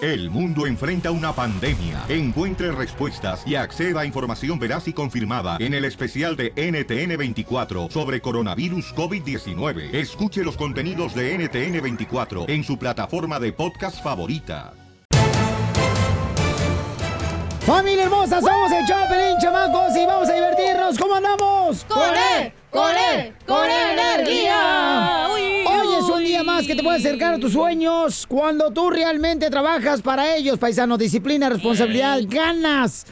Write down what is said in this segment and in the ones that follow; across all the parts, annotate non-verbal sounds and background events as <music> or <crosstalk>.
El mundo enfrenta una pandemia. Encuentre respuestas y acceda a información veraz y confirmada en el especial de NTN24 sobre coronavirus COVID-19. Escuche los contenidos de NTN24 en su plataforma de podcast favorita. Familia hermosa, somos el Chopelín, chamacos, y vamos a divertirnos. ¿Cómo andamos? ¡Con él! ¡Con él! ¡Con E energía! Uy, Hoy es un día más que te puede acercar a tus sueños cuando tú realmente trabajas para ellos, paisano. Disciplina, responsabilidad, ganas.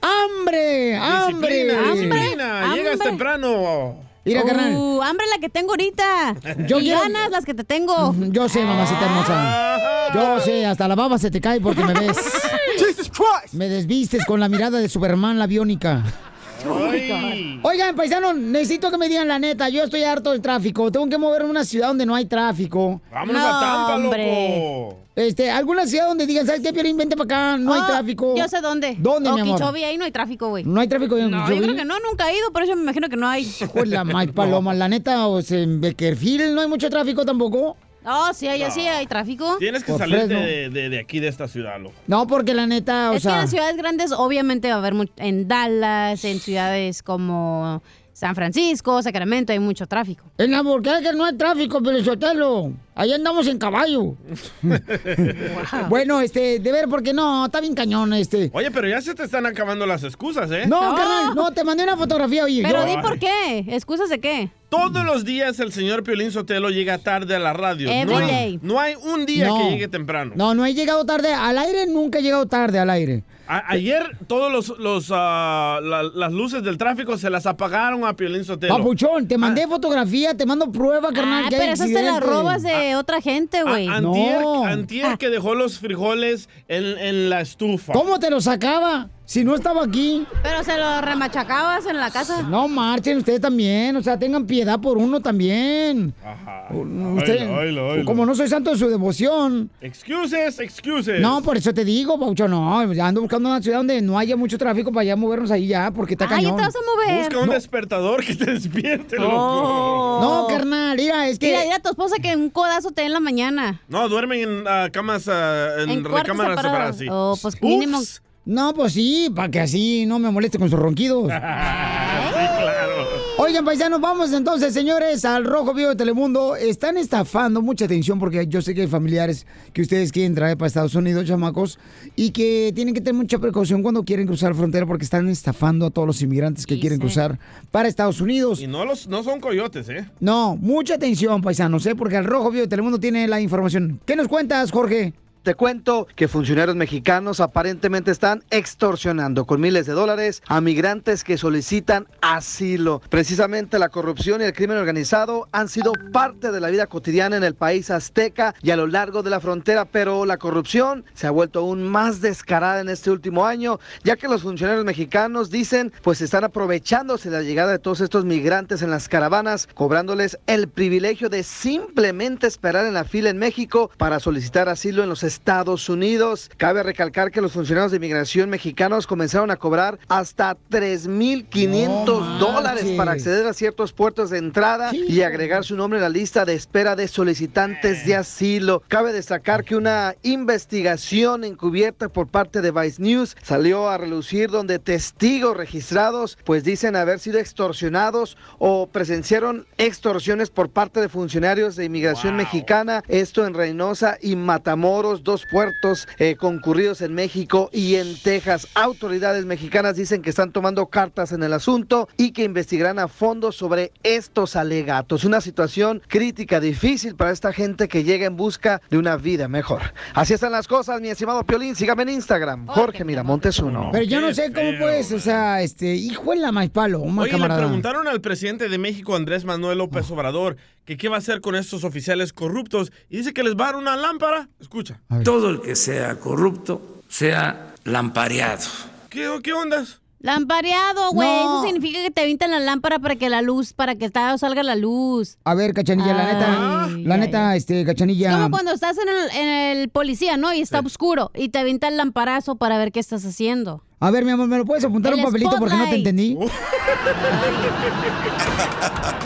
¡Hambre! ¡Hambre! Disciplina, disciplina. Llegas temprano. Mira, carnal. Uh, hambre la que tengo ahorita. <laughs> Yo y quiero- ganas las que te tengo. Yo sé, mamacita hermosa. Ah. Yo sé, hasta la baba se te cae porque me <laughs> ves. Me desvistes con la mirada de Superman, la biónica. Ay. Oigan, paisano, necesito que me digan la neta. Yo estoy harto del tráfico. Tengo que moverme a una ciudad donde no hay tráfico. Vámonos No, a Tampa, hombre. loco. Este, alguna ciudad donde digan, ¿sabes qué, Piolín? Vente para acá, no hay Oh, tráfico. Yo sé dónde. ¿Dónde, mi amor? Okeechobee, ahí no hay tráfico, güey. No hay tráfico. en No, yo Okeechobee? creo que no, nunca he ido, por eso me imagino que no hay. Hijo de <laughs> la mal paloma, la neta, o sea, en Beckerfield no hay mucho tráfico tampoco. Oh, sí, allá sí hay tráfico. Tienes que Por salir Fresno. de, de- de aquí, de esta <laughs> ciudad, loco. No, porque la neta, o es que en sea, las ciudades grandes obviamente va a haber mucho, en Dallas, en ciudades como San Francisco, Sacramento, hay mucho tráfico. en la que no hay tráfico, pero Sotelo, ahí andamos en caballo. Bueno, este, de ver, porque no, está bien cañón, este. <laughs> Oye, pero ya se te están acabando las excusas, ¿eh? No, No. carnal, no, te mandé una fotografía, oye. Pero yo- di por qué, excusas de qué. Todos los días el señor Piolín Sotelo llega tarde a la radio. Every no, hay, day. no hay un día No. que llegue temprano. No, no he llegado tarde al aire, nunca he llegado tarde al aire. A- ayer todos los, los, ah, la- las luces del tráfico se las apagaron a Piolín Sotelo. Papuchón, te Ah. mandé fotografía, te mando prueba, carnal. Ah, que hay pero esas te las accidente. robas de otra gente, A- güey. Ah, antier, No. antier que dejó los frijoles en, en la estufa. ¿Cómo te lo sacaba? Si no estaba aquí. Pero se lo remachacabas en la casa. No marchen ustedes también, o sea, tengan piedad por uno también. Ajá. Usted- Oilo, oilo, oilo. Como no soy santo de su devoción. Excuses, excuses. No, por eso te digo, Paucho, no. ya Ando buscando una ciudad donde no haya mucho tráfico para ya movernos ahí ya, porque está Ahí te cañón. vas a mover. Busca un despertador que te despierte, loco. Oh. No, carnal, mira, es que. Mira, dile a tu esposa que un codazo te dé en la mañana. No, duermen en ah, camas, ah, en, En cuartos recámaras separadas. separados. sí. Oh, pues Ups. mínimo. No, pues sí, para que así no me moleste con sus <laughs> ronquidos. Ah, sí, claro. Oigan, paisanos, vamos entonces, señores, al Rojo Vivo de Telemundo. Están estafando, mucha atención, porque yo sé que hay familiares que ustedes quieren traer para Estados Unidos, chamacos, y que tienen que tener mucha precaución cuando quieren cruzar frontera, porque están estafando a todos los inmigrantes que Sí, quieren sí. cruzar para Estados Unidos. Y no, los, no son coyotes, ¿eh? No, mucha atención, paisanos, ¿eh? porque el Rojo Vivo de Telemundo tiene la información. ¿Qué nos cuentas, Jorge? Te cuento que funcionarios mexicanos aparentemente están extorsionando con miles de dólares a migrantes que solicitan asilo. Precisamente la corrupción y el crimen organizado han sido parte de la vida cotidiana en el país azteca y a lo largo de la frontera, pero la corrupción se ha vuelto aún más descarada en este último año, ya que los funcionarios mexicanos dicen pues están aprovechándose de la llegada de todos estos migrantes en las caravanas, cobrándoles el privilegio de simplemente esperar en la fila en México para solicitar asilo en los Estados Unidos. Cabe recalcar que los funcionarios de inmigración mexicanos comenzaron a cobrar hasta 3.500 No dólares manches. para acceder a ciertos puertos de entrada y agregar su nombre a la lista de espera de solicitantes de asilo. Cabe destacar que una investigación encubierta por parte de Vice News salió a relucir donde testigos registrados pues dicen haber sido extorsionados o presenciaron extorsiones por parte de funcionarios de inmigración Wow. mexicana, esto en Reynosa y Matamoros, dos puertos eh, concurridos en México y en Texas. Autoridades mexicanas dicen que están tomando cartas en el asunto y que investigarán a fondo sobre estos alegatos. Una situación crítica, difícil para esta gente que llega en busca de una vida mejor. Así están las cosas, mi estimado Piolín. Sígame en Instagram, Jorge Miramontes uno. Pero yo no Qué sé cómo feo, puedes, o sea, este, hijo en la maíz paloma, Oye, le camarada. Oh. preguntaron al presidente de México, Andrés Manuel López Obrador, que qué va a hacer con estos oficiales corruptos y dice que les va a dar una lámpara. Escucha. Todo el que sea corrupto sea lampareado. ¿Qué, qué ondas? Lampareado, güey. No. Eso significa que te avientan la lámpara para que la luz, para que ta- salga la luz. A ver, cachanilla, la Ah, neta, Ay, la ay, neta, este, cachanilla. Como cuando estás en el, en el policía, ¿no? Y está oscuro. Y te avienta el lamparazo para ver qué estás haciendo. A ver, mi amor, ¿me lo puedes apuntar El un papelito porque no te spotlight. entendí? Uh.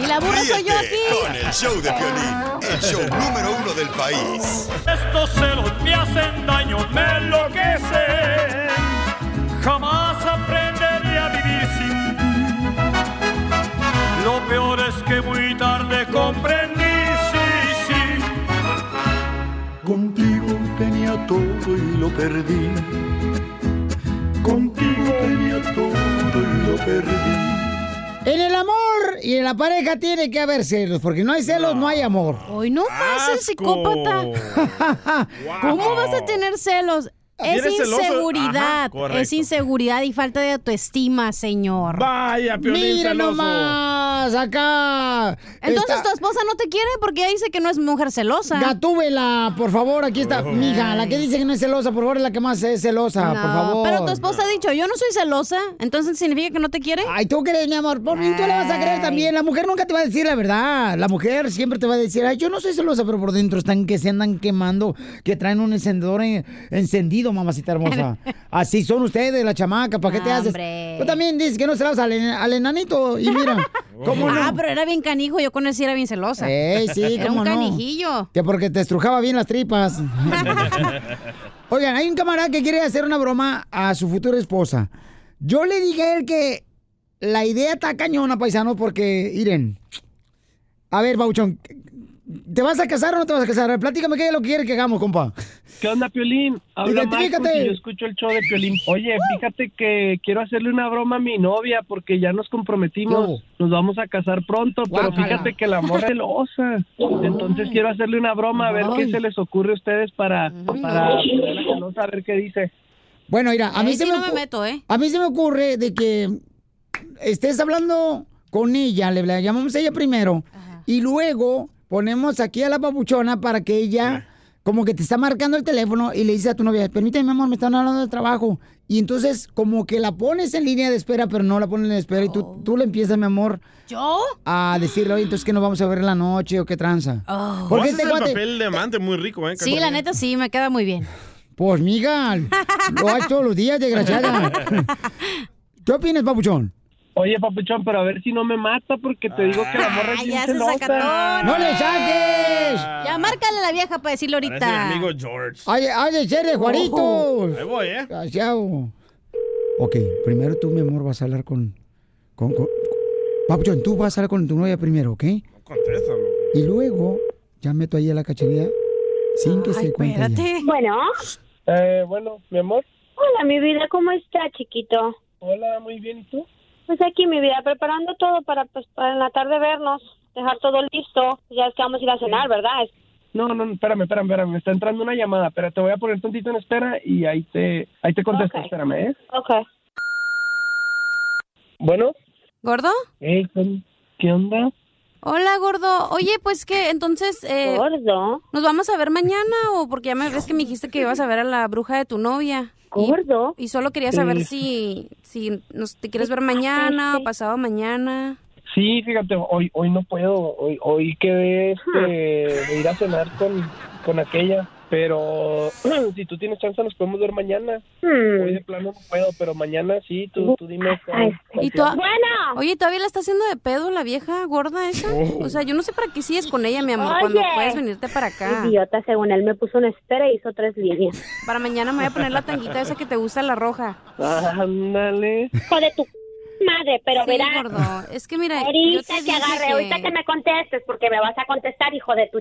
Y la burra soy yo Ríete aquí. con el show de <laughs> Piolín, el show número uno del país. Estos celos me hacen daño, me tenía todo y lo perdí. Contigo tenía todo y lo perdí. En el amor y en la pareja tiene que haber celos, porque no hay celos, no, hay amor. Hoy no pasa, <laughs> psicópata. ¿Cómo vas a tener celos? Si Es Ah, eres celoso- inseguridad, Ajá, correcto. es inseguridad y falta de autoestima, señor. Vaya, Piolín Mira celoso. nomás, acá. Entonces Esta- tu esposa no te quiere porque ella dice que no es mujer celosa. Gatúbela, por favor, aquí está. Mija, la que dice que no es celosa, por favor, es la que más es celosa, por No, favor. Pero tu esposa ha dicho, yo no soy celosa, entonces significa que no te quiere. Ay, tú crees, mi amor. Por mí tú le vas a creer también. La mujer nunca te va a decir la verdad. La mujer siempre te va a decir, ay, yo no soy celosa, pero por dentro están que se andan quemando, que traen un encendedor en- encendido, mamacita <laughs> hermosa. Así son ustedes, la chamaca, ¿para qué te haces? Hombre. Tú también dices que no celosa al, en- al enanito. Y <laughs> mira, ¿cómo Ah, no? pero era bien canijo, yo con él sí era bien celosa. Ey, sí, era cómo un no. canijillo. Que porque te estrujaba bien las <laughs> tripas. Oigan, hay un camarada que quiere hacer una broma a su futura esposa. Yo le dije a él que la idea está cañona, paisano, porque, Iren. A ver, Bauchón, ¿te vas a casar o no te vas a casar? A ver, Platícame qué es lo que quiere que hagamos, compa. ¿Qué onda, Piolín? Habla Michael, Identifícate. que yo escucho el show de Piolín. Oye, fíjate que quiero hacerle una broma a mi novia porque ya nos ¿Qué hubo? comprometimos, nos vamos a casar pronto, pero Guácala. fíjate que la amor es celosa. Entonces quiero hacerle una broma a ver Ay. qué se les ocurre a ustedes para para ponerla celosa, a ver qué dice. Bueno, mira, a mí, Ahí se sí me no me ocu- meto, ¿eh? a mí se me ocurre de que estés hablando con ella, le la llamamos a ella primero y luego ponemos aquí a la papuchona para que ella como que te está marcando el teléfono y le dice a tu novia, permíteme, mi amor, me están hablando de trabajo. Y entonces como que la pones en línea de espera, pero no la pones en la espera y Oh. tú, tú le empiezas, mi amor, ¿Yo? a decirle, oye, entonces que nos vamos a ver en la noche o qué tranza. Oh. Porque Haces este el cuate- papel de amante muy rico, ¿eh? Sí, la neta sí, me queda muy bien. Pues, miga, lo haces todos los días, <laughs> desgraciada. ¿Qué opinas, papuchón? Oye, papuchón, pero a ver si no me mata porque te digo que la morra es Ay, bien ya se celosa. sacatón. ¡No le saques! Ya márcale a la vieja para decirlo Parece el ahorita. amigo George. ¡Ay, ay, de ser de Juarito! Ahí voy, ¿eh? Desgraciado. Ok, primero tú, mi amor, vas a hablar con... con, con- Papuchón, tú vas a hablar con tu novia primero, ¿ok? No contesta, loco. Y luego ya meto ahí a la cachanilla sin que Ay, se cuente. ella. espérate. Bueno, Eh, bueno, mi amor, hola mi vida, ¿cómo está chiquito? hola, muy bien, ¿y tú? Pues aquí mi vida, preparando todo para, pues, para en la tarde vernos, dejar todo listo. Ya es que vamos a ir a cenar, ¿verdad? No, no, espérame, espérame, espérame, me está entrando una llamada, pero te voy a poner tantito en espera y ahí te ahí te contesto, Ok. espérame, ¿eh? Ok. Bueno, ¿Gordo? Ey, ¿qué- ¿qué onda? Hola, gordo. Oye, pues que entonces eh, Gordo, nos vamos a ver mañana o porque ya me ves que me dijiste que ibas a ver a la bruja de tu novia. Y- gordo. Y, solo quería saber si si nos, te quieres ver mañana o pasado mañana. Sí, fíjate, hoy hoy no puedo, hoy hoy quedé este, de ir a cenar con, con aquella, pero <clears throat> si tú tienes chance nos podemos ver mañana. Hoy Hmm. de plano no puedo, pero mañana sí, tú, tú dime. Ay, Y toda- Pues Bueno, Oh. Oye, todavía la está haciendo de pedo la vieja gorda esa. O sea, yo no sé para qué sigues con ella, mi amor, cuando Oye. puedes venirte para acá. idiota, según él me puso una espera y hizo tres líneas. Para mañana me voy a poner la tanguita esa que te gusta, la roja. Ándale. Hijo de tu madre, pero Sí, verás. gordo. Es que mira, yo Ahorita te que dije agarre, que- ahorita que me contestes, porque me vas a contestar, hijo de tu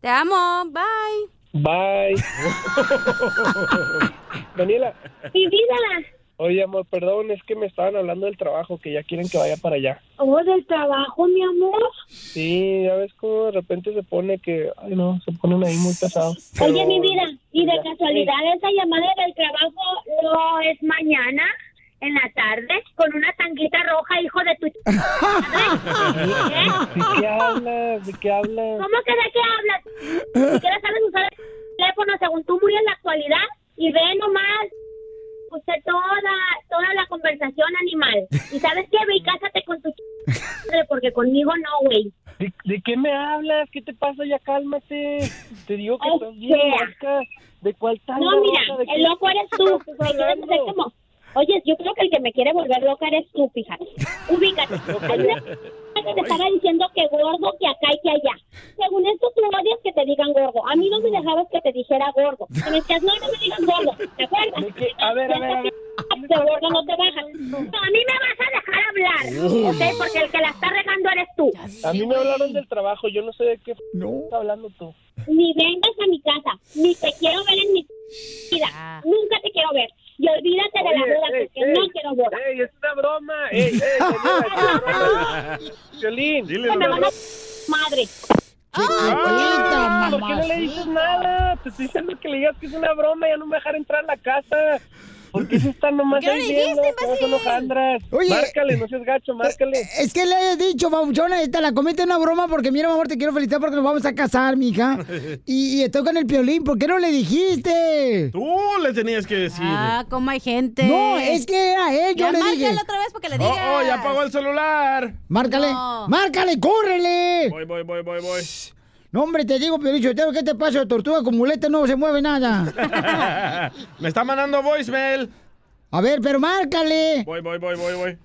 Te amo, bye. Bye. Daniela, Mi vida. oye amor, perdón, es que me estaban hablando del trabajo, que ya quieren que vaya para allá. Oh, del trabajo, mi amor. Sí, ya ves cómo de repente se pone que, ay no, se ponen ahí muy pesados. Oye, Pero- mi vida, ¿y de Ya. casualidad esa llamada del trabajo no es mañana en la tarde con una tanguita roja, hijo de <laughs> tu... ch- madre? ¿Eh? ¿De qué hablas? ¿De qué hablas? ¿Cómo que de qué hablas? Ni siquiera sabes usar el teléfono según tú muy en la actualidad y ve nomás. Usted toda, toda la conversación animal. ¿Y sabes qué? Ve y cásate con tu ch- madre, porque conmigo no, güey. ¿De, de qué me hablas? ¿Qué te pasa? Ya cálmate. Te digo que Ay, estás bien fea. loca. ¿De cuál tal? No, mira, ¿De qué el loco eres tú. estás Me quieres hacer hablando? como... Oye, yo creo que el que me quiere volver loca eres tú, fíjate. Ubícate. Hay una que te estaba diciendo que gordo, que acá y que allá. Según esto, tú odias que te digan gordo. A mí no me dejabas que te dijera gordo. Me decías, no, no me digas gordo. ¿Te acuerdas? De que- a ver, a ver, a ver. De gordo no te bajas. No, a mí me vas a dejar hablar. ¿ok? Porque el que la está regando eso eres tú. A mí me hablaron del trabajo, yo no sé de qué f- estás hablando tú. Ni vengas a mi casa, ni te quiero ver en mi vida. Nunca te quiero ver. Y olvídate de la Oye, boda, ey, porque ey, no quiero boda. ¡Ey, es una broma! ¡Ey, ey, <laughs> Daniela, es una broma. Violín! Que me van a... Madre. ¿Por qué ¡Ah! no le dices nada? Te estoy diciendo que le digas que es una broma, ya no me dejar entrar a la casa. ¿Por qué se están nomás ¿Por qué no ahí le viendo? dijiste, ¿Cómo son hojandras? Oye. Márcale, no seas gacho, márcale. Es que le he dicho, babuchona, esta la comete una broma porque mira, mi amor, te quiero felicitar porque nos vamos a casar, <laughs> mija. Y, y estoy con el piolín, ¿por qué no le dijiste? Tú le tenías que decir. Ah, cómo hay gente. No, es que era él, yo Ya le márcale dije. otra vez porque le Oh, digas. oh, ya apagó el celular. Márcale, No. márcale, córrele. Voy, voy, voy, voy, voy. No, hombre, te digo, Piolín, Sotelo, ¿qué te pasa? Tortuga con muleta no se mueve nada. <laughs> Me <laughs> está mandando voicemail. A ver, pero márcale. Voy, voy, voy, voy, voy.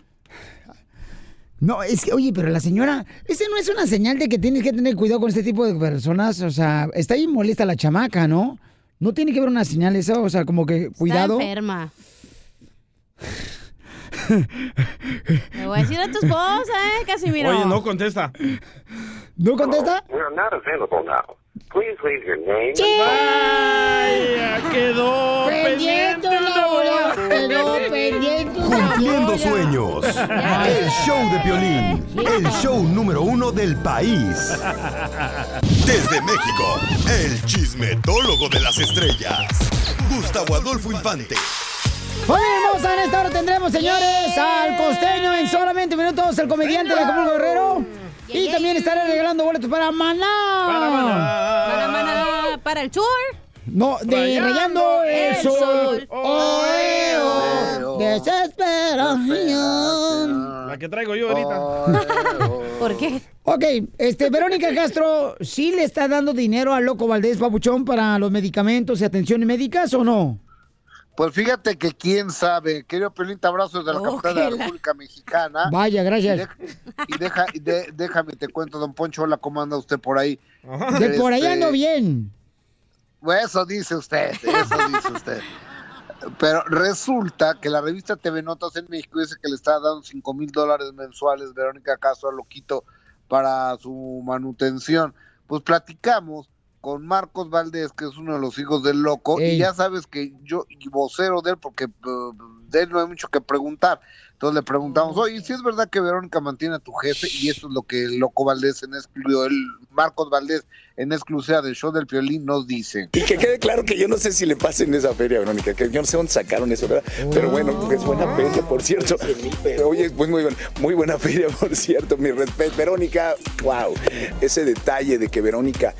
No, es que, oye, pero la señora, ese no es una señal de que tienes que tener cuidado con este tipo de personas. O sea, está ahí molesta la chamaca, ¿no? No tiene que ver una señal esa, o sea, como que cuidado. Está enferma. Le voy a decir a tu esposa, ¿eh? Casimiro. Oye, no contesta. ¿No contesta? We're not available now. Please leave your name. Vaya, quedó pendiente una bola. Cumpliendo sueños. El show de Piolín. El show número uno del país. Desde México, el chismetólogo de las estrellas. Gustavo Adolfo Infante. Oye, hermosa, en esta hora tendremos, señores, al costeño en solamente minutos, el comediante de Acapulco Guerrero. Y también estaré regalando boletos para Maná. Para Maná. Para Maná, para el tour. No, de Rayando Rayando el el Sol. Sol. Oe, oe, Desesperación. Ah. La que traigo yo Oh, ahorita. ¿Por qué? Ok, este, Verónica Castro, ¿sí le está dando dinero a Loco Valdés Pabuchón para los medicamentos y atenciones médicas o no? Pues fíjate que quién sabe, querido Piolín, te abrazo de la capital de la República Mexicana. Vaya, gracias. Y, deja, y de- déjame te cuento, don Poncho, hola, ¿cómo anda usted por ahí? De por ahí Este, ando bien. Eso dice usted, eso dice usted. Pero resulta que la revista TV Notas en México dice que le está dando 5 mil dólares mensuales Verónica Castro a Loquito para su manutención. Pues platicamos con Marcos Valdés, que es uno de los hijos del loco, Ey. y ya sabes que yo, y vocero de él, porque eh, de él no hay mucho que preguntar. Entonces le preguntamos, oye, si es verdad que Verónica mantiene a tu jefe? Y eso es lo que el loco Valdés en exclusiva, el Marcos Valdés en exclusiva del show del violín nos dice. Y que quede claro que yo no sé si le pasen esa feria, Verónica, que yo no sé dónde sacaron eso, ¿verdad? Pero bueno, es buena feria, por cierto. Oye, pues muy buena, muy buena feria, <laughs> por cierto, mi respeto. Verónica, wow, ese detalle de que Verónica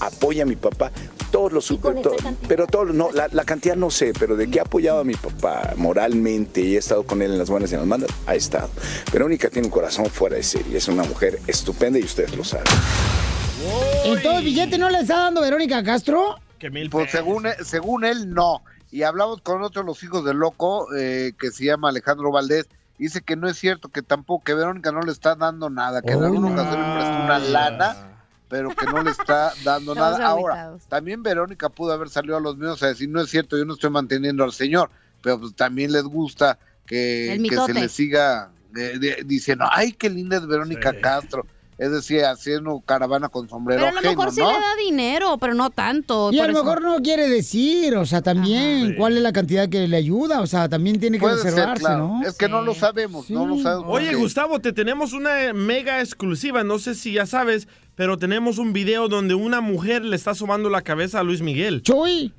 apoya a mi papá, todos los supe, con esa to- cantidad. pero todos, los- no, la, la cantidad no sé, pero de que ha apoyado a mi papá moralmente y he estado con él en las buenas y en las malas, ha estado. Verónica tiene un corazón fuera de serie, es una mujer estupenda y ustedes lo saben. Entonces, billete no le está dando Verónica Castro. Pues según, e- según él, no. Y hablamos con otro de los hijos del loco, eh, que se llama Alejandro Valdés. Dice que no es cierto, que tampoco, que Verónica no le está dando nada, que en Oh, alguna no. ocasión le prestó una lana, pero que no le está dando Estamos nada. Ahora, agüitados. también Verónica pudo haber salido a los míos a decir, no es cierto, yo no estoy manteniendo al señor, pero pues también les gusta que, El que se mitote. le siga eh, de- diciendo, ay, qué linda es Verónica Castro. Es decir, haciendo caravana con sombrero Pero a lo ajeno, mejor sí ¿no? le da dinero, pero no tanto. Pues Y a por lo eso- mejor no quiere decir, o sea, también cuál es la cantidad que le ayuda, o sea, también tiene que Puede ser, reservarse, claro. ¿no? Es que no lo sabemos, no lo sabemos. Oye, porque- Gustavo, te tenemos una eh, mega exclusiva. No sé si ya sabes, pero tenemos un video donde una mujer le está asomando la cabeza a Luis Miguel. ¡Chuy!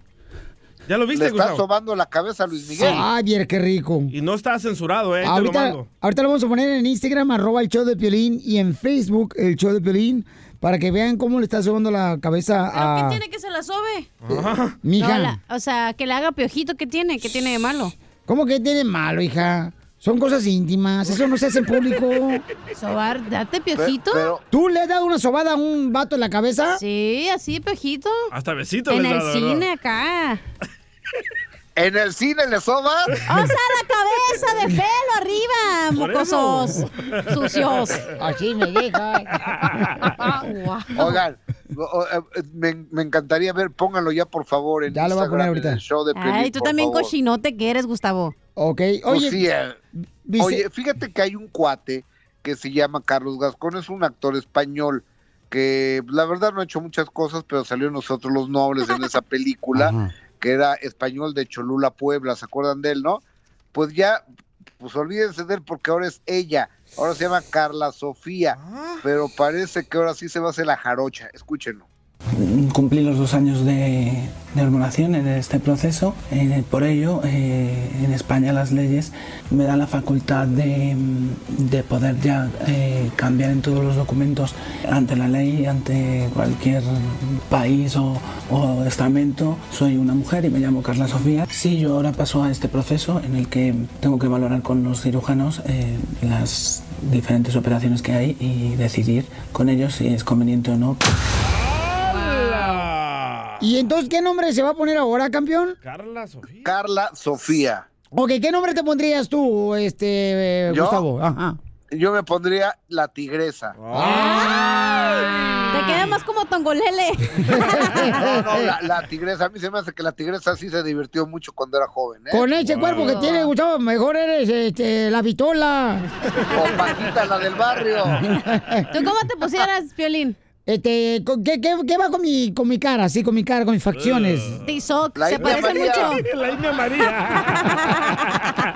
¿Ya lo viste, Le está Gustavo? sobando la cabeza a Luis Miguel. Ay, bien, qué rico. Y no está censurado, ¿eh? Te lo Ahorita, <laughs> mando. ahorita lo vamos a poner en Instagram, arroba el show de Piolín, y en Facebook, el show de Piolín, para que vean cómo le está sobando la cabeza a... ¿Tiene que se la sobe? Ajá. Mija. No, la- o sea, que le haga piojito, ¿qué tiene? ¿Qué tiene de malo? ¿Cómo que tiene malo, hija? Son cosas íntimas, eso no se hace en público. ¿Sobar? ¿Date piojito? ¿Tú le has dado una sobada a un vato en la cabeza? Sí, así, piojito. Hasta besito En les el da, ¿verdad? cine acá. ¿En el cine le soba? O sea, la cabeza de pelo arriba, Por <laughs> mocosos, eso. sucios. Así me deja. Oigan, o- o- eh, me, me encantaría ver, pónganlo ya por favor en Ya lo voy a Instagram, poner ahorita. en el show de Piolín, Ay, tú por también favor. cochinote que eres, Gustavo. Ok, Pues sí, eh. Oye, fíjate que hay un cuate que se llama Carlos Gascón, es un actor español que la verdad no ha hecho muchas cosas, pero salió en Nosotros los Nobles en esa película, que era español de Cholula, Puebla, ¿se acuerdan de él, no? Pues ya, pues olvídense de él porque ahora es ella, ahora se llama Carla Sofía, Ah. pero parece que ahora sí se va a hacer la jarocha, escúchenlo. Cumplí los dos años de, de hormonación en este proceso. eh, por ello, eh, en España las leyes me dan la facultad de, mm, de poder ya eh, cambiar en todos los documentos ante la ley, ante cualquier país o, o estamento. Soy una mujer y me llamo Carla Sofía. Sí, yo ahora paso a este proceso en el que tengo que valorar con los cirujanos eh, las diferentes operaciones que hay y decidir con ellos si es conveniente o no. ¿Y entonces qué nombre se va a poner ahora, campeón? Carla Sofía. Carla Sofía. Ok, ¿qué nombre te pondrías tú, este, eh, ¿Yo? Gustavo? Ajá. Yo me pondría la tigresa. Ah. Te queda más como tongolele. No, no, la, la tigresa. A mí se me hace que la tigresa sí se divirtió mucho cuando era joven. ¿eh? Con pues, ese cuerpo que tiene, Gustavo, mejor eres este, <laughs> la vitola. O Paquita, la del barrio. ¿Tú cómo te <laughs> pusieras, Piolín? Este, ¿con ¿qué, qué, qué va con mi, con mi cara? Sí, con mi cara, con mis facciones. Tizoc, La se India parece María. mucho. <laughs> La India María.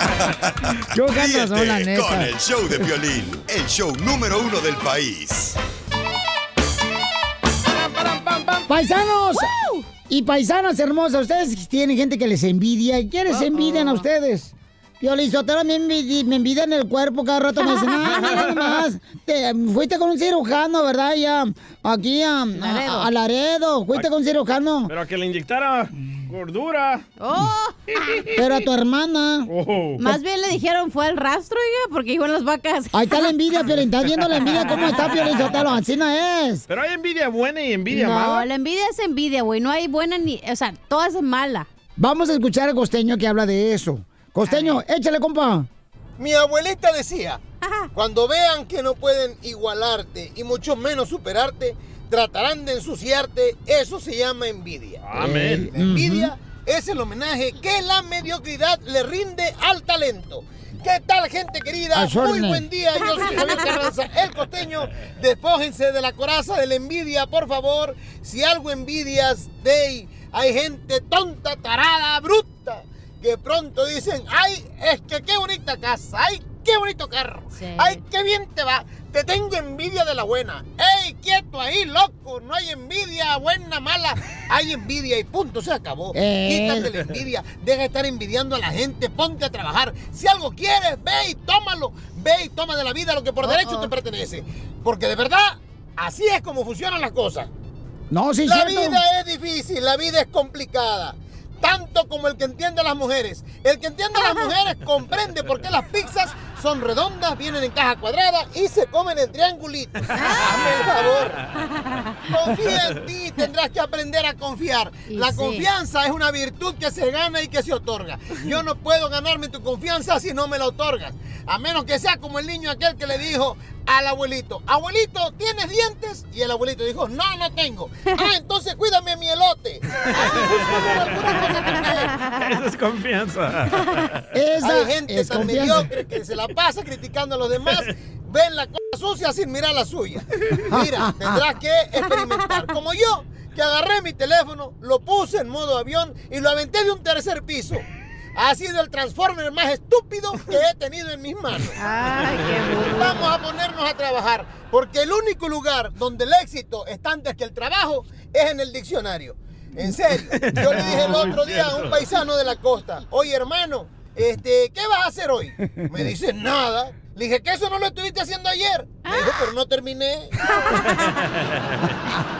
Yo canto Ríete sola, con neta. el show de violín, el show número uno del país. ¡Paisanos! Y paisanas hermosas, ustedes tienen gente que les envidia. ¿Y ¿Quiénes envidian a ustedes? Piolín Sotelo me, envidi- me envidian el cuerpo cada rato. Me dicen, ah, mira nomás, te- fuiste con un cirujano, ¿verdad? Ya, aquí a, a- Laredo. a Laredo, fuiste con un cirujano. Oh. Pero a que le inyectara gordura. Pero a tu hermana. Oh. Más bien le dijeron fue el rastro, oiga, porque iban las vacas. Ahí está la envidia, Piolín. Estás viendo la envidia cómo está, Piolín Sotelo. Así no es. Pero hay envidia buena y envidia no, mala. la envidia es envidia, güey. No hay buena ni. O sea, todas es mala. Vamos a escuchar a Costeño que habla de eso. Costeño, échale, compa. Mi abuelita decía, cuando vean que no pueden igualarte y mucho menos superarte, tratarán de ensuciarte, eso se llama envidia. Amén. La envidia es el homenaje que la mediocridad le rinde al talento. ¿Qué tal, gente querida? A su Muy orden. buen día, yo soy Javier Carranza, el costeño. Despójense de la coraza de la envidia, por favor. Si algo envidias, Dey, hay gente tonta, tarada, bruta, que pronto dicen, ay, es que qué bonita casa, ay, qué bonito carro, ay, qué bien te va, te tengo envidia de la buena. ¡Ey, quieto ahí, loco! No hay envidia, buena, mala, hay envidia y punto, se acabó. Eh. Oh, Quítate la envidia, deja de estar envidiando a la gente, ponte a trabajar. Si algo quieres, ve y tómalo, ve y toma de la vida lo que por Oh, derecho te pertenece. Porque de verdad, así es como funcionan las cosas. No, sí, La cierto. vida es difícil, la vida es complicada. Tanto como el que entiende a las mujeres. El que entiende a las mujeres comprende por qué las pizzas son redondas, vienen en caja cuadrada y se comen en triangulitos. Ah. Hazme el favor. <laughs> Confía en ti, tendrás que aprender a confiar. Y La sí. confianza es una virtud que se gana y que se otorga. Yo no puedo ganarme tu confianza si no me la otorgas. A menos que sea como el niño aquel que le dijo al abuelito, abuelito, ¿tienes dientes? Y el abuelito dijo, no, no tengo. Ah, entonces cuídame mi elote. Así funcionan algunas cosas también. Eso es confianza. Hay gente tan mediocre que se la pasa criticando a los demás, ven la cosa sucia sin mirar la suya. Mira, tendrás que experimentar. Como yo, que agarré mi teléfono, lo puse en modo avión y lo aventé de un tercer piso. Ha sido el transformer más estúpido que he tenido en mis manos. Vamos a ponernos a trabajar, porque el único lugar donde el éxito está antes que el trabajo es en el diccionario. En serio, yo le dije el Muy otro día a un cierto. paisano de la costa, oye hermano, este, ¿qué vas a hacer hoy? Me dice nada. Le dije que eso no lo estuviste haciendo ayer. Me dijo, pero no terminé.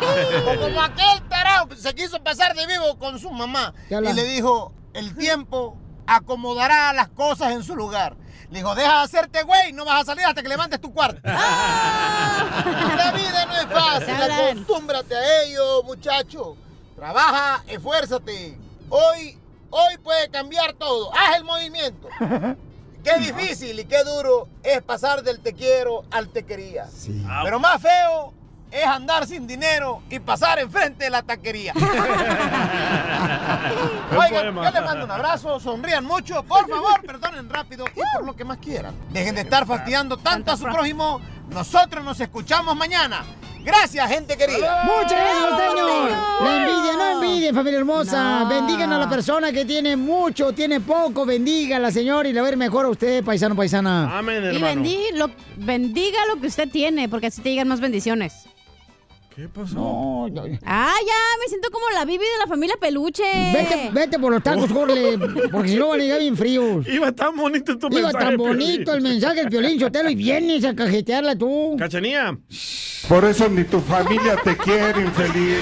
O <laughs> como aquel tarao se quiso pasar de vivo con su mamá. Ya la- Y le dijo, el tiempo acomodará las cosas en su lugar. Le dijo, deja de hacerte güey, no vas a salir hasta que levantes tu cuarto. La vida no es fácil, Hablan. acostúmbrate a ello, muchacho. Trabaja, esfuérzate. Hoy, hoy puede cambiar todo. Haz el movimiento. Qué Ah, difícil y qué duro es pasar del te quiero al te quería. Pero más feo es andar sin dinero y pasar enfrente de la <laughs> taquería. Oigan, yo les mando un abrazo, sonrían mucho, por favor, perdonen rápido y por lo que más quieran. Dejen de estar fastidiando tanto a su prójimo. Nosotros nos escuchamos mañana. Gracias, gente querida. Muchas gracias, costeño. La envidia, no envidia, familia hermosa. Bendigan a la persona que tiene mucho, tiene poco. Bendígala, señor, y le va a ir mejor a usted, paisano, paisana. Amén, Y bendí, lo, bendiga lo que usted tiene, porque así te llegan más bendiciones. ¿Qué pasó? No, Ah, ya, me siento como la Bibi de la familia Peluche. Vete, vete por los tacos, Corle, porque si no van a llegar bien fríos. Iba tan bonito tu Iba mensaje, tan Piolín. bonito el mensaje del Piolín Sotelo y vienes a cajetearla tú. Cachanía. Por eso ni tu familia te quiere, infeliz.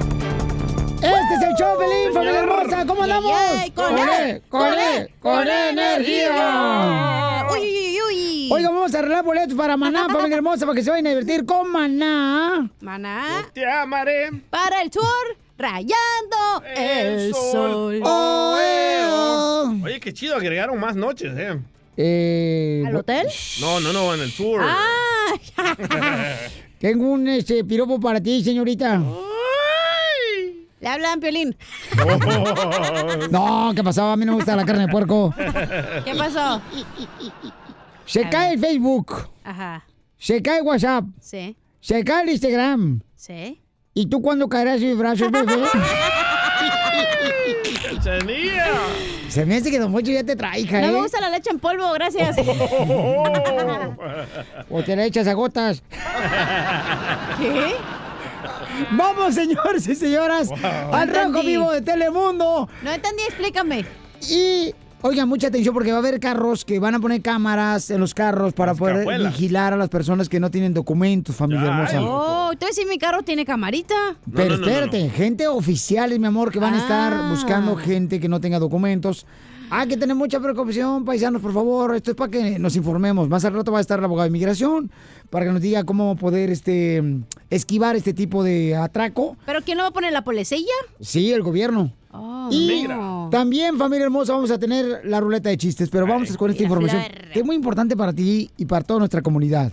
Este es el show, Pelín, familia hermosa. ¿Cómo Yeah, andamos? yeah, con E, con E, con con E energía. energía. Uy, uy, uy. Oiga, vamos a arreglar boletos para <laughs> Maná, familia hermosa, para que se vayan a divertir con Maná. Maná. te amaré. Para el tour, rayando el, sol. Oh, Oye, qué chido, agregaron más noches, ¿eh? ¿Al hotel? No, no, no, en el tour. <laughs> Ah, <laughs> Tengo un este, piropo para ti, señorita. Oh. le hablan, Piolín. No, ¿qué pasaba? A mí no me gusta la carne de puerco. ¿Qué pasó? Se cae el Facebook, Ajá, se cae WhatsApp, sí, se cae el Instagram. sí. ¿Y tú cuándo caerás en mis brazos, <laughs> bebé? Se me hace que Don Poncho ya te trae, hija, No ¿eh? me gusta la leche en polvo, <laughs> gracias. O te la echas a <laughs> gotas. ¿Qué? Vamos, señores y señoras, al rojo Entendí. vivo de Telemundo. No entendí, explícame. Y, oigan, mucha atención porque va a haber carros que van a poner cámaras en los carros para poder cajuelas. vigilar a las personas que no tienen documentos, familia hermosa. Oh, entonces si mi carro tiene camarita. Pero espérate, gente oficiales, mi amor, que van a estar Ah. buscando gente que no tenga documentos. Hay que tener mucha preocupación, paisanos, por favor. Esto es para que nos informemos. Más al rato va a estar la abogada de inmigración para que nos diga cómo poder este, esquivar este tipo de atraco. ¿Pero quién lo va a poner? ¿La policía? Sí, el gobierno. Oh, Y no. también, familia hermosa, vamos a tener la ruleta de chistes, pero vamos con esta Y la información flor. que es muy importante para ti y para toda nuestra comunidad.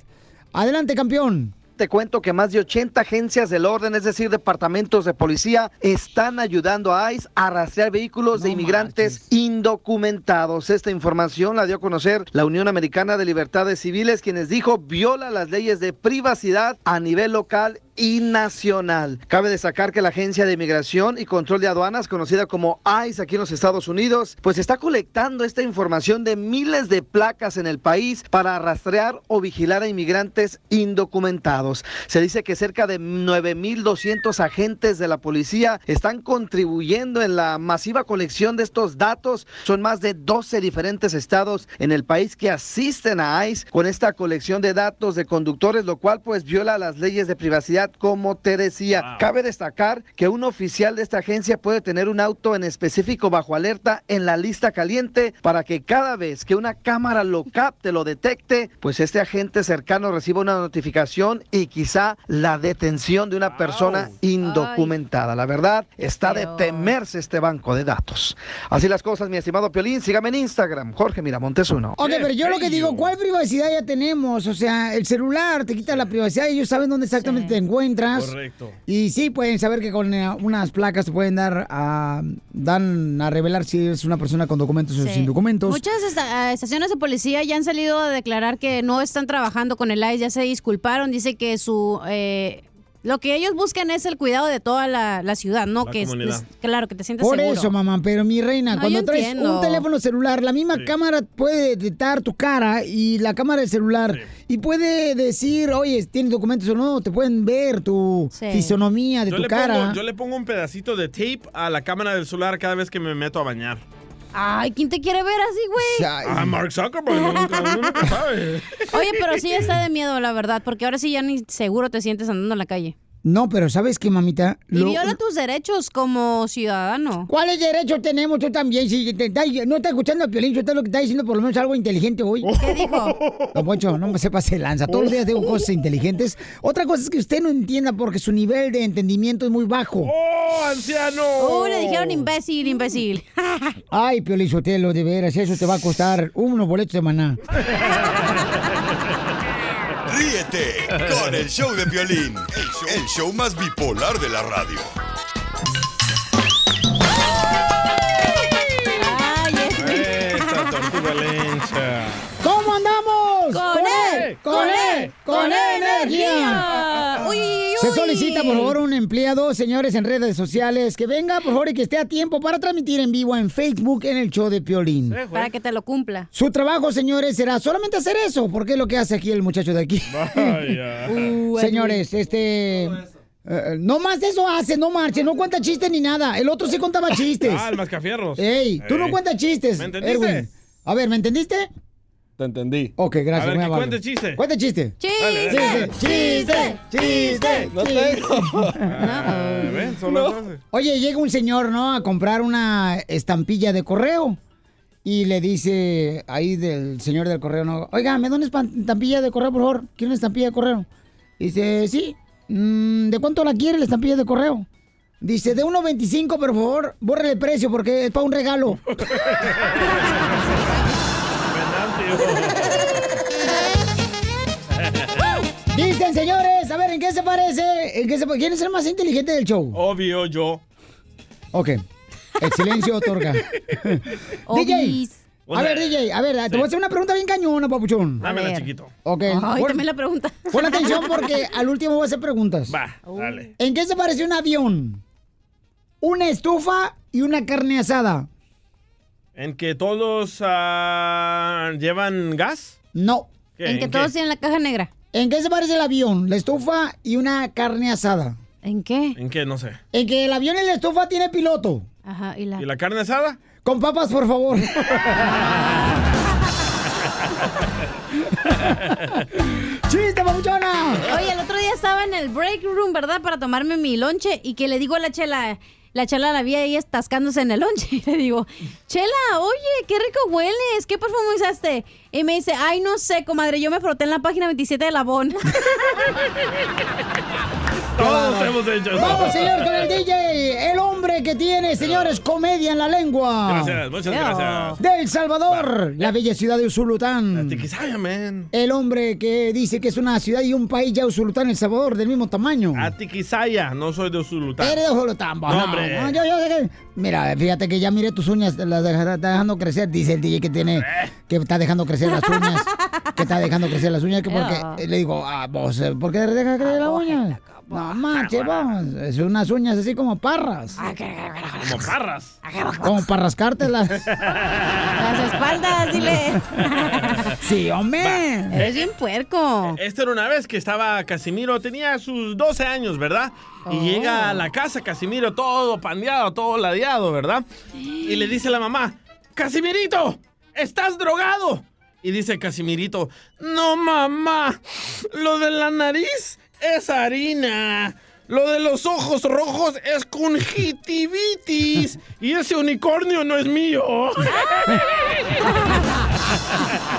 Adelante, campeón. Te cuento que más de 80 agencias del orden, es decir, departamentos de policía, están ayudando a ICE a rastrear vehículos de inmigrantes indocumentados. Esta información la dio a conocer la Unión Americana de Libertades Civiles, quienes dijo viola las leyes de privacidad a nivel local y nacional. Cabe destacar que la Agencia de Inmigración y Control de Aduanas, conocida como ICE aquí en los Estados Unidos, pues está colectando esta información de miles de placas en el país para rastrear o vigilar a inmigrantes indocumentados. Se dice que cerca de 9.200 agentes de la policía están contribuyendo en la masiva colección de estos datos. Son más de 12 diferentes estados en el país que asisten a ICE con esta colección de datos de conductores, lo cual pues viola las leyes de privacidad, como te decía. Cabe destacar que un oficial de esta agencia puede tener un auto en específico bajo alerta en la lista caliente para que cada vez que una cámara lo capte, lo detecte, pues este agente cercano reciba una notificación y quizá la detención de una persona indocumentada. La verdad, está de temerse este banco de datos. Así las cosas, mi estimado Piolín. Sígame en Instagram, Jorge Miramontes uno. Ok, pero yo lo que digo, ¿cuál privacidad ya tenemos? O sea, el celular te quita la privacidad, ellos saben dónde exactamente te encuentras. Correcto. Y sí, pueden saber que con eh, unas placas te pueden dar a, dan a revelar si eres una persona con documentos o Sí. sin documentos. Muchas esta- eh, estaciones de policía ya han salido a declarar que no están trabajando con el ICE, ya se disculparon, dice que su eh, lo que ellos buscan es el cuidado de toda la, la ciudad, ¿no? La que es- comunidad. es- claro, que te sientes Por seguro. eso, mamá, pero mi reina, No, cuando yo traes un entiendo. teléfono celular, la misma cámara puede detectar tu cara y la cámara del celular y puede decir, oye, ¿tienes documentos o no? Te pueden ver tu fisonomía de Yo tu le, cara. pongo, yo le pongo un pedacito de tape a la cámara del celular cada vez que me meto a bañar. Ay, ¿quién te quiere ver así, güey? Ah, Mark Zuckerberg, uno nunca, uno nunca sabe. <laughs> Oye, pero sí está de miedo, la verdad, porque ahora sí ya ni seguro te sientes andando en la calle. No, pero ¿sabes qué, mamita? Y viola tus derechos como ciudadano. ¿Cuáles derechos tenemos tú también? Si te- te- no está escuchando a Piolín, está lo que está diciendo por lo menos algo inteligente hoy. <laughs> ¿Qué dijo? Don Poncho, no me sepa se lanza. Todos los días digo cosas inteligentes. Otra cosa es que usted no entienda porque su nivel de entendimiento es muy bajo. ¡Oh, anciano! Uh, le dijeron imbécil, imbécil. Ay, Piolín Sotelo, de veras, eso te va a costar unos boletos de maná. Ríete con el show de Piolín, el show, el show más bipolar de la radio. Esta tortuga lencha. ¿Cómo andamos? ¡Con él! ¡Con él! ¡Con él, energía! Uy, uy. <laughs> Se solicita, por favor, un empleado, señores, en redes sociales, que venga, por favor, y que esté a tiempo para transmitir en vivo en Facebook en el show de Piolín. Para que te lo cumpla. Su trabajo, señores, será solamente hacer eso, porque es lo que hace aquí el muchacho de aquí. Vaya. Uh, <laughs> señores, este... eh, no más de eso hace, no marche, no cuenta chistes ni nada. El otro sí contaba chistes. <laughs> Ah, el mascafierros. Ey, tú no Ey. cuentas chistes, ¿Me entendiste? Erwin. A ver, ¿me entendiste? Te entendí. Ok, gracias. A ver, muy que amable. cuente chiste. Cuente chiste. Dale, Chiste, dale. chiste, chiste. No chiste. tengo. Ah, ¿ven? Son las doce. Oye, llega un señor, ¿no? A comprar una estampilla de correo. Y le dice ahí del señor del correo, ¿no? Oiga, ¿me da una espan- estampilla de correo, por favor? ¿Quiere una estampilla de correo? Dice, sí. Mm, ¿De cuánto la quiere la estampilla de correo? Dice, de 1.25, pero por favor, borre el precio porque es para un <laughs> regalo. Dicen, señores, a ver, ¿en qué se parece? ¿En qué se... pa- ¿Quién es el más inteligente del show? Obvio yo. Ok. Excelencia otorga. DJ. Obis. A ver, DJ, a ver, te voy a hacer una pregunta bien cañona, papuchón. Dámela, chiquito. Ok. Ay, pon- también la pregunta. Pon atención porque al último voy a hacer preguntas. Va, dale. ¿En qué se parece un avión? Una estufa y una carne asada. ¿En que todos ah, llevan gas? No. ¿Qué? ¿En ¿En que qué? todos tienen la caja negra. ¿En qué se parece el avión? La estufa y una carne asada. ¿En qué? Ah. ¿En qué? No sé. En que el avión y la estufa tiene piloto. Ajá, Uh, y la... ¿Y la carne asada? Con papas, por favor. ¡Chiste, papuchona! Oye, el otro día estaba en el break room, ¿verdad? Para tomarme mi lonche y que le digo a la chela, la chela la vi ahí estascándose en el lonche <laughs> y le digo, chela, oye, qué rico hueles, ¿qué perfume usaste? Y me dice, ay, no sé, comadre, yo me froté en la página 27 de Labón. <laughs> Todos hemos hecho eso. Vamos, señor, con el DJ, el hombre que tiene, señores, comedia en la lengua. Gracias, muchas gracias. De El Salvador, la bella ciudad de Usulután. Tiquisaya, man. El hombre que dice que es una ciudad y un país ya Usulután, El Salvador, del mismo tamaño. A Tiquisaya, no soy de Usulután. Eres de Usulután, No, no, hombre. no, yo- yo- yo- Mira, fíjate que ya miré tus uñas, te las deja- está dejando crecer, dice el DJ que Eh. tiene, que está dejando crecer las uñas, que está dejando crecer las uñas, que porque Ah. eh, le digo, ah, vos, eh, ¿por qué deja crecer las uñas? No manches, vamos, es unas uñas así como parras. Ah, Como parras. Como para rascártelas. Las espaldas, <laughs> dile. <laughs> Sí, hombre. Eres bien puerco. Esta era una vez que estaba Casimiro, tenía sus 12 años, ¿verdad? Y Oh. llega a la casa Casimiro todo pandeado, todo ladeado, ¿verdad? Y le dice la mamá, Casimirito, estás drogado. Y dice Casimirito, no mamá, lo de la nariz es harina. Lo de los ojos rojos es conjuntivitis. Y ese unicornio no es mío. <laughs>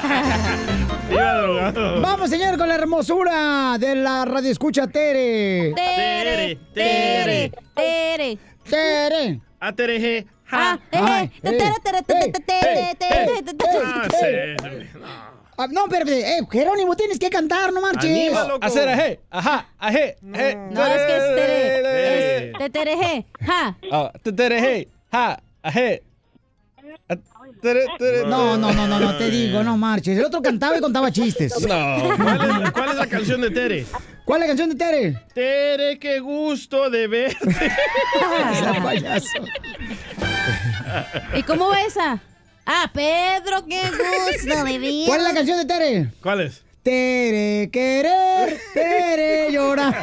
Iba drogado. Vamos, señor, con la hermosura de la radio escucha Tere. Tere, tere. Tere. Tere. A tereje. Ah, eh, eh, tere, tere, tere, tere, tere, tere, Ah, tere. sí. Ah, No, pero, eh, Jerónimo, tienes que cantar, no marches. Anima, loco. Hacer ajé, ajá, ajé. No, es que es tere. Es de tereje. Ja. Ah, te terejé, ja, ajé. Ah, tere, tere, No, no, no, no, no te digo, no marches. El otro cantaba y contaba chistes. No. ¿Cuál es, cuál es la canción de Tere? ¿Cuál es la canción de Tere? Tere, qué gusto de verte. Esa payaso. <laughs> ¿Y cómo va esa? Ah, Pedro, qué gusto de vida. ¿Cuál es la canción de Tere? ¿Cuál es? Tere querer, Tere llorar.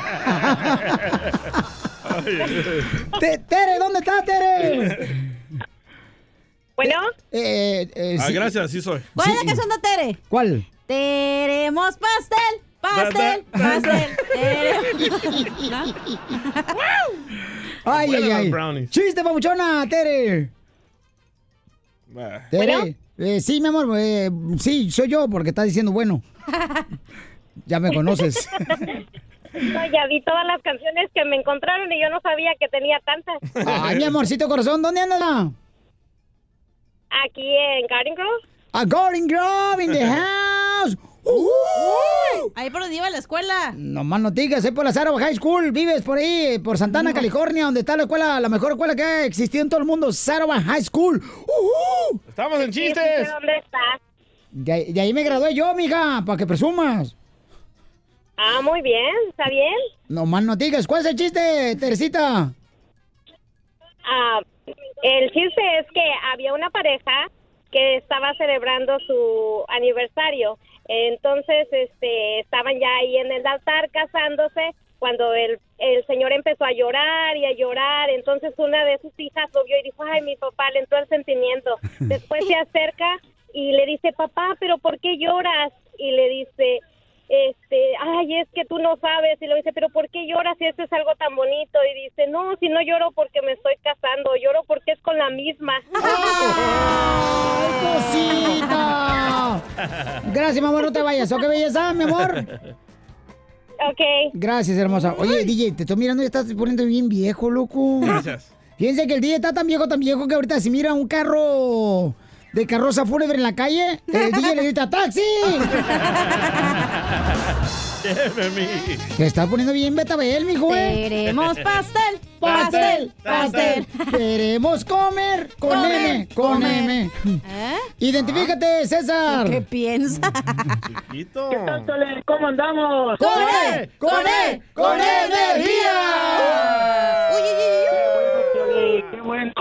Te- Tere, ¿dónde está Tere? Bueno. Eh, eh, Ah, sí. gracias, sí soy. ¿Cuál es la canción de Tere? ¿Cuál? Teremos pastel, pastel, pastel. Teremos <laughs> Ay, Bueno, ay, los ay. brownies. Chiste, papuchona, Tere. Tere. eh, sí, mi amor, eh, sí, soy yo porque estás diciendo <laughs> bueno. Ya me conoces. No, ya vi todas las canciones que me encontraron y yo no sabía que tenía tantas. Ay, mi amorcito corazón, ¿dónde andas? ma? Aquí en Garden Grove. A Gordon Grove in the house. ¡Uh! Ahí por donde iba a la escuela. Nomás no digas, soy por la Sarah High School, vives por ahí, por Santana, California, donde está la escuela, la mejor escuela que ha existido en todo el mundo, Sarah High School. ¡Uh! Estamos en chistes. ¿Dónde estás? De, ahí- de ahí me gradué yo, mija, para que presumas. Ah, muy bien, está bien. Nomás no digas, ¿cuál es el chiste, Teresita? Ah, el chiste es que había una pareja que estaba celebrando su aniversario. Entonces, este, estaban ya ahí en el altar casándose cuando el, el señor empezó a llorar y a llorar. Entonces, una de sus hijas lo vio y dijo, ay, mi papá, le entró el sentimiento. Después se acerca y le dice, papá, pero ¿por qué lloras? Y le dice, este, ay, es que tú no sabes, y lo dice, pero ¿por qué lloras si esto es algo tan bonito? Y dice, no, si no lloro porque me estoy casando, lloro porque es con la misma. <laughs> ¡Cosita! <laughs> Gracias, mi amor, no te vayas. ¿O qué belleza, mi amor? Ok. Gracias, hermosa. Oye, DJ, te estoy mirando y estás poniendo bien viejo, loco. Gracias. Fíjense que el DJ está tan viejo, tan viejo que ahorita si mira un carro de carroza fúnebre en la calle, el DJ le grita ¡Taxi! Te está poniendo bien Betabel, mijo, eh. Queremos pastel, Pastel, pastel, pastel. Queremos comer con Comer, M, con comer. M. Identifícate, César. ¿Qué piensa? ¿Cómo andamos? ¡Con E! ¡Con E! ¡Con energía! ¡Qué bueno!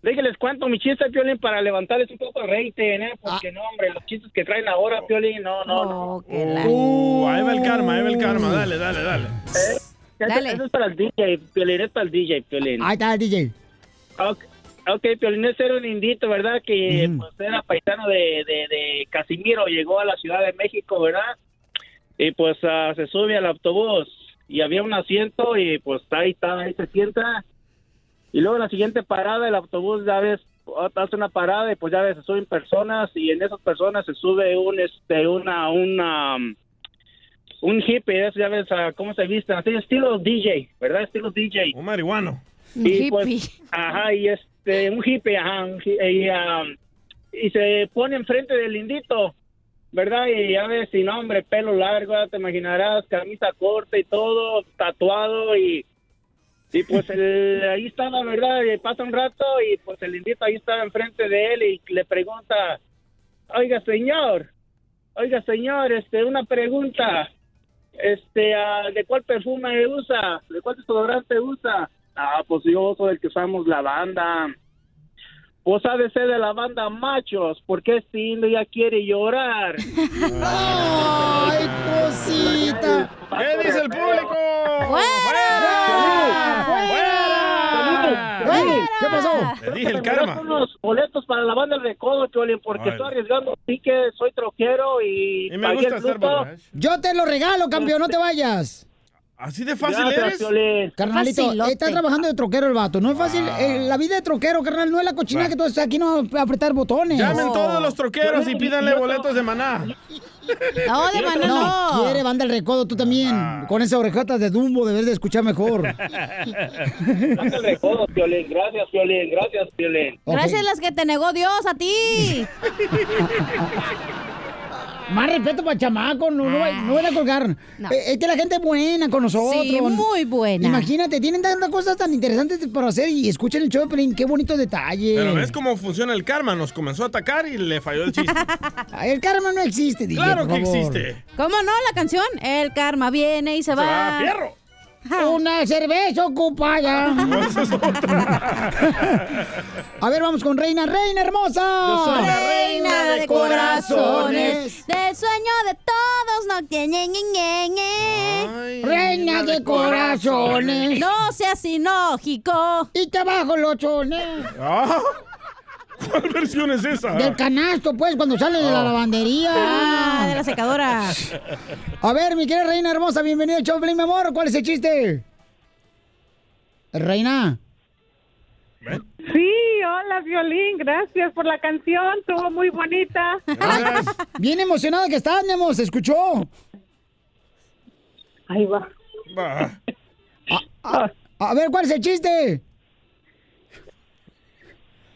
Déjenles cuento mi chiste, Piolín, para levantarles un poco el rating, ¿eh? Porque no, hombre, los chistes que traen ahora, Piolín, no, no, no. Uh, ahí va el karma, ahí va el karma. Dale, dale, dale. Eso- ¿Eh? Eso es para el DJ, Piolín, es para el DJ, Piolín. E. Ahí está el DJ. Ok, okay Piolín, ese era un indito, ¿verdad? Que pues, era paisano de, de, de Casimiro, llegó a la Ciudad de México, ¿verdad? Y pues ah, se sube al autobús y había un asiento y pues ahí está, ahí se sienta. Y luego en la siguiente parada el autobús ya ves hace una parada y pues ya ves se suben personas y en esas personas se sube un este una una um, un hippie, eso ya ves ah, cómo se visten, así estilo DJ, ¿verdad? Estilo DJ. Un marihuano. Un y pues, hippie. ajá, y este un hippie, ajá, un hi- y, ah, y se pone enfrente del lindito. ¿verdad? Y ya ves, sin hombre, pelo largo, ya te imaginarás, camisa corta y todo, tatuado y... Y pues el- ahí está la verdad, y pasa un rato y pues el lindito ahí está enfrente de él y le pregunta, oiga señor, oiga señor, este, una pregunta, este, ah, ¿de cuál perfume usa? ¿De cuál desodorante usa? Ah, pues yo uso el que usamos la banda. Pues ha de ser de la banda machos, porque este indio ya quiere <laughs> llorar. ¡Ay, cosita! ¿Qué dice el público? ¡Fuera! ¿Qué pasó? Le dije el Tenemos karma. unos boletos para la banda del recodo, Cholín, porque Órale. estoy arriesgando tickets, soy troquero y, Y me pagué gusta el ser fruto. borracho. Yo te lo regalo, campeón, no te vayas. ¿Así de fácil Gracias, eres? Piolín. Carnalito, está trabajando de troquero el vato. No es fácil. eh, la vida de troquero, carnal, no es la cochina Ah. Va. que tú estás aquí, no apretar botones. Llamen todos los troqueros y pídanle boletos de maná. No, de Maná no. Quiere banda el recodo, tú también. Ah. Con esas orejotas de Dumbo debes de escuchar <laughs> mejor. Gracias al recodo, Piolín. Gracias, Piolín. Gracias, Piolín. Gracias a las que te negó Dios a ti. Más respeto para el chamaco, no, no, va- no van a colgar. Ah. No. Eh, es que la gente es buena con nosotros. Sí, muy buena. Imagínate, tienen tantas cosas tan interesantes para hacer y escuchen el show de Pelín, qué bonito detalle. Pero ves cómo funciona el karma. Nos comenzó a atacar y le falló el chiste. Ay, El karma no existe, DJ, <laughs> Claro por que favor. existe. ¿Cómo no la canción? El karma viene y se, va. va, fierro. Una cerveza ocupada. <laughs> A ver, vamos con Reina, Reina hermosa. Yo soy la reina de corazones, del sueño de todos no tienen Reina de corazones. No seas inógico. Y te bajo los chones. Ah. ¿Cuál versión es esa? Del canasto, pues, cuando sale de la Ah. lavandería. Ah, de la secadora. A ver, mi querida reina hermosa, bienvenida al show, Pelín, mi amor. ¿Cuál es el chiste? Reina. Sí, hola Violín, gracias por la canción, estuvo muy bonita. Bien emocionada que estás, mi amor, ¿se escuchó? Ahí va. A, a ver, ¿cuál es el chiste?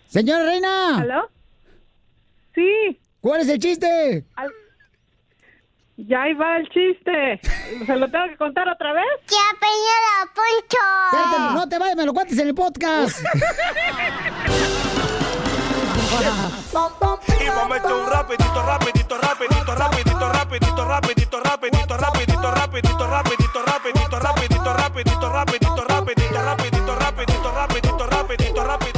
Señora reina. ¿Aló? Sí. ¿Cuál es el chiste? Ya ahí va el chiste. ¿Se lo tengo que contar otra vez? ¡Ya, Peñera, Espérate, Poncho! no te vayas, me lo cuentes en el podcast. Y momento un rapidito, rapidito, rapidito, rapidito, rapidito, rapidito, rapidito, rapidito, rapidito, rapidito, rapidito, rapidito, rapidito, rapidito, rapidito, rapidito, rapidito, rapidito, rapidito, rapidito.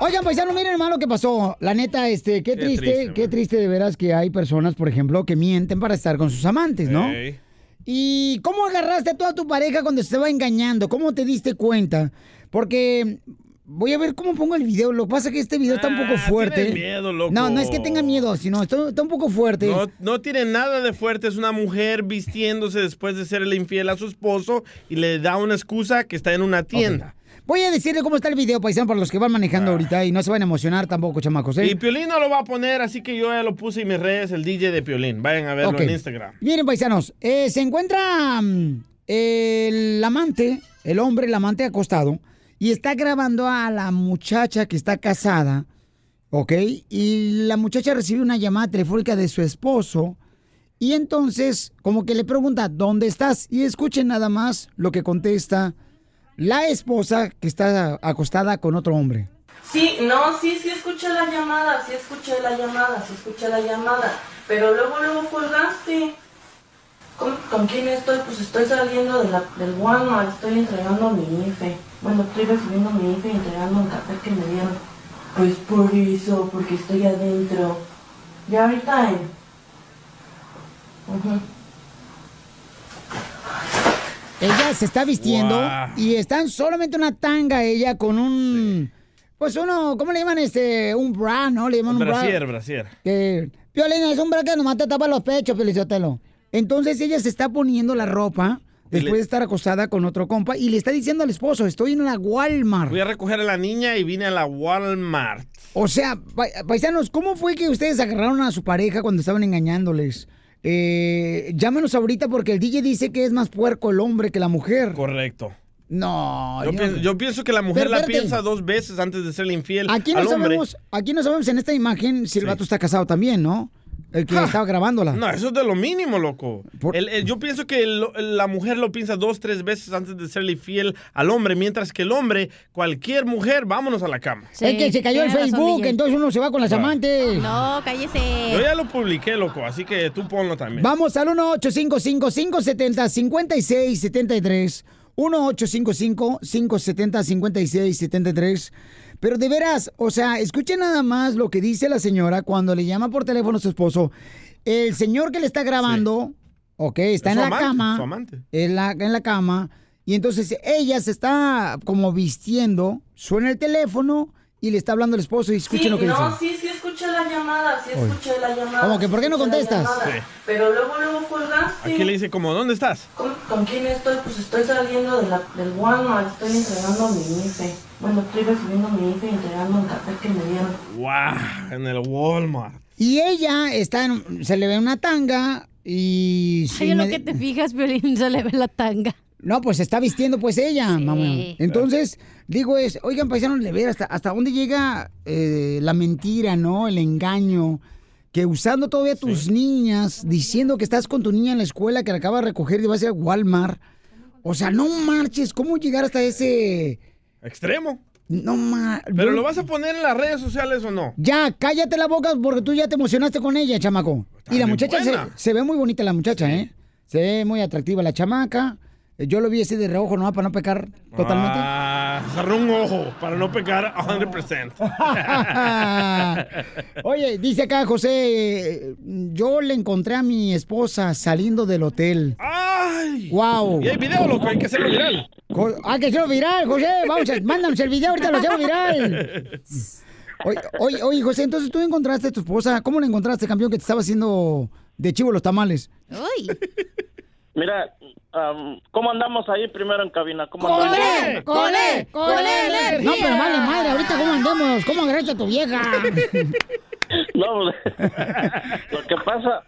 Oigan, paisano, miren hermano lo que pasó. La neta, este, qué, Qué triste, triste, qué triste de veras que hay personas, por ejemplo, que mienten para estar con sus amantes, ¿no? Ey. ¿Y cómo agarraste a toda tu pareja cuando se estaba engañando? ¿Cómo te diste cuenta? Porque voy a ver cómo pongo el video. Lo que pasa es que este video está un poco fuerte. tienes miedo, loco. No, no es que tenga miedo, sino está, está un poco fuerte. No, no tiene nada de fuerte, es una mujer vistiéndose después de serle infiel a su esposo y le da una excusa que está en una tienda. Voy a decirle cómo está el video, paisano, para los que van manejando ahorita y no se van a emocionar tampoco, chamacos. ¿eh? Y Piolín no lo va a poner, así que yo ya lo puse en mis redes, el DJ de Piolín. Vayan a verlo Ok. en Instagram. Miren, paisanos, eh, se encuentra mm, el amante, el hombre, el amante acostado, y está grabando a la muchacha que está casada, ¿ok? Y la muchacha recibe una llamada telefónica de su esposo, y entonces como que le pregunta, ¿dónde estás? Y escuchen nada más lo que contesta la esposa que está acostada con otro hombre. Sí, no, sí, sí escuché la llamada, sí escuché la llamada, sí escuché la llamada, pero luego, luego colgaste. ¿Con, con quién estoy? Pues estoy saliendo de la, del Walmart, estoy entregando mi IFE. Bueno, estoy recibiendo mi IFE y entregando el café que me dieron. Pues por eso, porque estoy adentro. Ya ahorita... eh. Ujú. Ella se está vistiendo Guau. y están solamente una tanga ella con un pues uno, ¿cómo le llaman este? Un bra, ¿no? Le llaman un, bra. Brasier, brasier. Que, Piolín, es un bra que nomás te tapa los pechos, Pelizotelo. Entonces ella se está poniendo la ropa después de estar acostada con otro compa y le está diciendo al esposo, estoy en la Walmart. Voy a recoger a la niña y vine a la Walmart. O sea, pa- paisanos, ¿cómo fue que ustedes agarraron a su pareja cuando estaban engañándoles? Eh, llámenos ahorita porque el DJ dice que es más puerco el hombre que la mujer. Correcto. No, Yo, yo- pienso, yo pienso que la mujer Pero la espérate. piensa dos veces antes de serle infiel Aquí no al hombre. sabemos, aquí no sabemos en esta imagen si el vato está casado también, ¿no? El que estaba grabándola. No, eso es de lo mínimo, loco. El- el- yo pienso que el- la mujer lo piensa dos, tres veces antes de serle fiel al hombre, mientras que el hombre, cualquier mujer, vámonos a la cama. es que se cayó el Facebook, entonces uno se va con las Ah. amantes. No, cállese. Yo ya lo publiqué, loco, así que tú ponlo también. Vamos al 1-855-570-5673. 1-855-570-5673. Pero de veras, o sea, escuchen nada más lo que dice la señora cuando le llama por teléfono a su esposo. El señor que le está grabando, ok, está Es en la su amante, cama. su amante. En la, en la cama. Y entonces ella se está como vistiendo, suena el teléfono y le está hablando el esposo y escuchen sí, lo que dice. no, sí, sí escuché la llamada, sí Oye. escuché la llamada. Como que, ¿por qué no sí escuché la contestas? llamada, Sí. Pero luego, luego colgaste. Aquí le dice como, ¿dónde estás? ¿Con, con quién estoy? Pues estoy saliendo de la, del Walmart, estoy entregando mi IFE. Bueno, estoy recibiendo mi IFE y entregando el café que me dieron. ¡Wow! En el Walmart. Y ella está en- se le ve una tanga y... Ay, si en lo me- que te fijas, Piolín, se le ve la tanga. No, pues se está vistiendo pues ella, mamá. Entonces, digo es, oigan, paisanos, de ver hasta, hasta dónde llega eh, la mentira, ¿no? El engaño. Que usando todavía tus niñas, diciendo que estás con tu niña en la escuela, que la acaba de recoger y vas a ir a Walmart. O sea, no marches, ¿cómo llegar hasta ese... Extremo. No marches. ¿Pero lo vas a poner en las redes sociales o no? Ya, cállate la boca porque tú ya te emocionaste con ella, chamaco. y la bien muchacha se, buena. se ve muy bonita, la muchacha, ¿eh? Se ve muy atractiva la chamaca. Eh, Yo lo vi así de reojo, nomás para no pecar totalmente. Ah, cerró un ojo para no pecar <laughs> 100%. Oye, dice acá José, eh, yo le encontré a mi esposa saliendo del hotel. ¡Ay! ¡Wow! Y hay video, loco, hay que hacerlo viral. Jo- hay que hacerlo viral, José. Vamos, a- mándanos el video, ahorita lo hacemos viral. Oye, oye, oye, José, entonces tú encontraste a tu esposa. ¿Cómo la encontraste, campeón, que te estaba haciendo de chivo los tamales? Mira, am, ¿cómo andamos ahí primero en cabina? ¿Cómo ¡Con andamos? él! ¡Con él! ¡Con E, él! energía! No, pero vale, madre, ahorita cómo andamos, cómo agarraste a tu vieja. No, pues, <laughs> lo que pasa,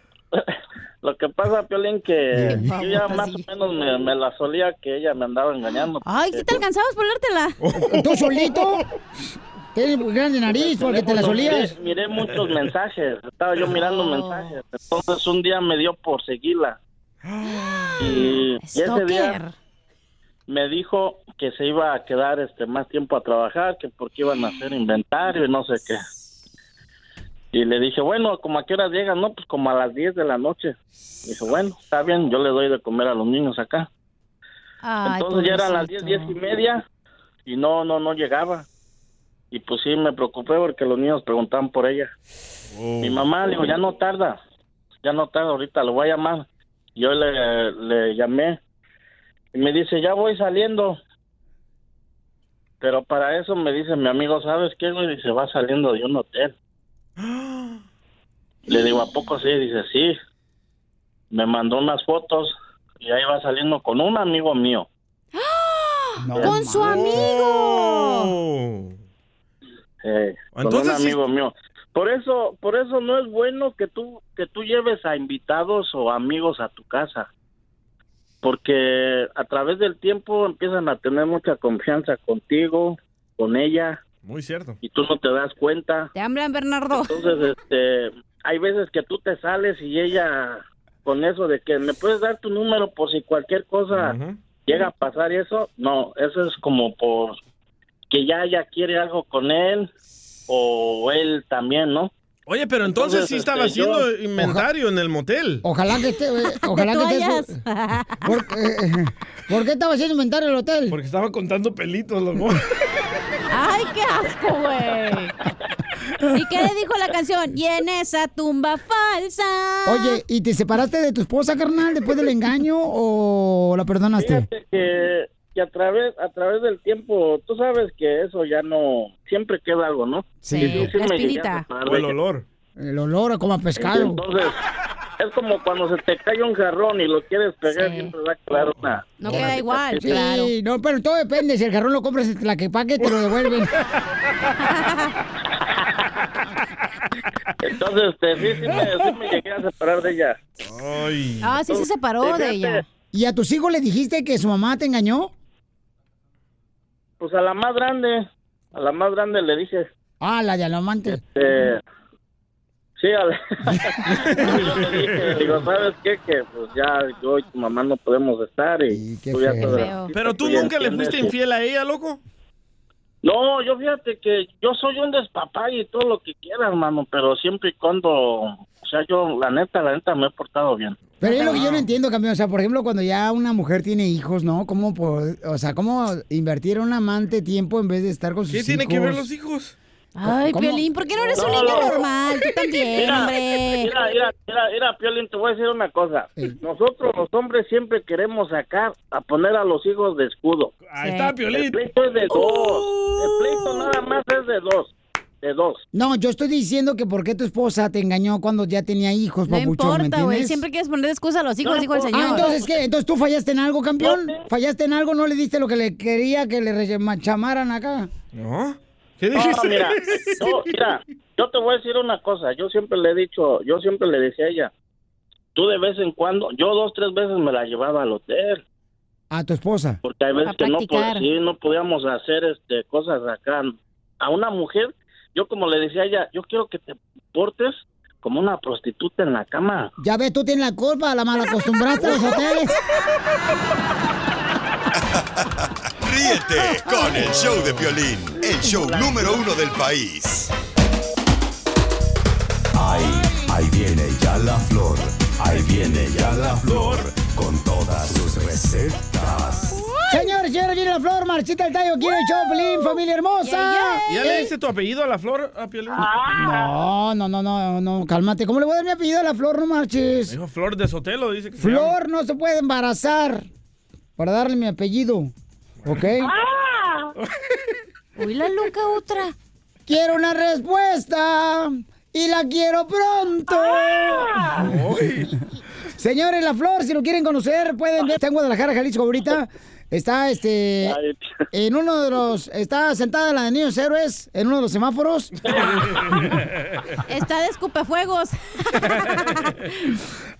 lo que pasa, Piolín, que Bien. yo ya más o menos me, me la solía que ella me andaba engañando. Ay, ¿qué te alcanzabas por dártela? <laughs> ¿Tú solito? Tienes grande nariz porque te la solías. Miré, miré muchos mensajes, estaba yo mirando mensajes. Entonces un día me dio por seguirla. Ah, Y, y ese día me dijo que se iba a quedar este más tiempo a trabajar, que porque iban a hacer inventario y no sé qué. Y le dije, bueno, ¿como a qué horas llegan? No, pues como a las 10 de la noche. Dijo, bueno, está bien, yo le doy de comer a los niños acá. Entonces ya eran las 10, 10 y media y no, no, no llegaba. Y pues sí, me preocupé porque los niños preguntaban por ella. Mi mamá le dijo, ya no tarda, ya no tarda, ahorita lo voy a llamar. Yo le, le llamé y me dice, ya voy saliendo. Pero para eso me dice mi amigo, ¿sabes qué? güey? Dice, va saliendo de un <gasps> hotel. Le digo, ¿a poco sí? Dice, sí. Me mandó unas fotos y ahí va saliendo con un amigo mío. ¡Con su amigo! Eh, con un Oh. Entonces sí- amigo mío. Por eso, por eso no es bueno que tú que tú lleves a invitados o amigos a tu casa, porque a través del tiempo empiezan a tener mucha confianza contigo, con ella. Muy cierto. Y tú no te das cuenta. Te hablan, Bernardo. Entonces, este, hay veces que tú te sales y ella con eso de que me puedes dar tu número por si cualquier cosa llega a pasar y eso, no, eso es como por que ya ella quiere algo con él o él también, ¿no? Oye, pero entonces sí estaba este, yo- haciendo inventario en el motel. Ojalá que esté, eh, ojalá que esté. <laughs> ¿Por, qué- por qué estaba haciendo inventario en el hotel? Porque estaba contando pelitos, loco. eh. ¡Ay, qué asco, güey! ¿Y qué le dijo la canción? Y en esa tumba falsa. Oye, ¿y te separaste de tu esposa, carnal, después del engaño o la perdonaste? Que, que a través a través del tiempo, tú sabes que eso ya no siempre queda algo, ¿no? Sí, Y sí la me llegué espinita. a separar O el de- olor. El olor a como a pescado. Entonces, es como cuando se te cae un jarrón y lo quieres pegar, siempre va a quedar una. No una Sí, cicatriz. no, pero todo depende. Si el jarrón lo compras en la que pague, te lo devuelven. Entonces, este, sí, sí me, sí me llegué a separar de ella. <laughs> Ah, sí se separó de ella. ¿Y a tus hijos le dijiste que su mamá te engañó? Pues a la más grande, a la más grande le dije, Ah, la de amante. eh, sí, a la... yo le dije, digo, ¿sabes qué? Que pues ya yo y tu mamá no podemos estar y tú ya feo. te- Oh. Feo. Pero tú ya nunca le entiendes fuiste que- infiel a ella, loco. No, yo fíjate que yo soy un despapay y todo lo que quiera, hermano, pero siempre y cuando, o sea, yo la neta, la neta me he portado bien. Pero es lo Ah. que yo no entiendo, campeón. O sea, por ejemplo, cuando ya una mujer tiene hijos, ¿no? ¿Cómo, po- o sea, cómo invertir a un amante tiempo en vez de estar con sus ¿Qué hijos? tiene que ver los hijos? Ay, ¿Cómo? Piolín, ¿por qué no eres un No, niño no. normal? Tú también, Mira, hombre. Mira, mira, mira, mira, Piolín, te voy a decir una cosa. Nosotros los hombres siempre queremos sacar a poner a los hijos de escudo. Ahí está, Piolín. Oh. El pleito es de dos. El pleito nada más es de dos. De dos. No, yo estoy diciendo que por qué tu esposa te engañó cuando ya tenía hijos, No papuchón, ¿me importa, güey. entiendes? Siempre quieres poner excusa a los hijos, No, dijo el no. señor. Ah, entonces, ¿qué? ¿Entonces tú fallaste en algo, campeón? ¿Fallaste en algo? ¿No le diste lo que le quería que le re- chamaran acá? ¿No? ¿Qué No, dijiste? mira, <laughs> no, mira, yo te voy a decir una cosa. Yo siempre le he dicho, yo siempre le decía a ella, tú de vez en cuando, yo dos, tres veces me la llevaba al hotel. A tu esposa. Porque hay veces A que no, pod- practicar. sí, no podíamos hacer este cosas acá. A una mujer, yo como le decía a ella, yo quiero que te portes como una prostituta en la cama. Ya ves, tú tienes la culpa, la malacostumbraste a los hoteles. <laughs> Ríete con el show de Piolín, el show número uno del país. Ahí, ahí viene ya la flor. Ahí viene ya la flor. Con todas sus recetas. Señores, señores, viene la flor, marchita el tallo, quiere el Choplin, familia hermosa. ¿Ya le Eh, Ah. diste tu apellido a la flor, a Piolín? No, no, no, no, no, cálmate. ¿Cómo le voy a dar mi apellido a la flor? No marches. Dijo Flor de Sotelo, dice que se llama. Flor no se puede embarazar para darle mi Ah. apellido. ¿Ok? Uy, la loca otra. Quiero una respuesta y la quiero pronto. Ah. Señores, la flor, si lo quieren conocer, pueden ver. Está en Guadalajara, Jalisco, ahorita. Está este en uno de los. Está sentada en la de Niños Héroes, en uno de los semáforos. Está de escupefuegos.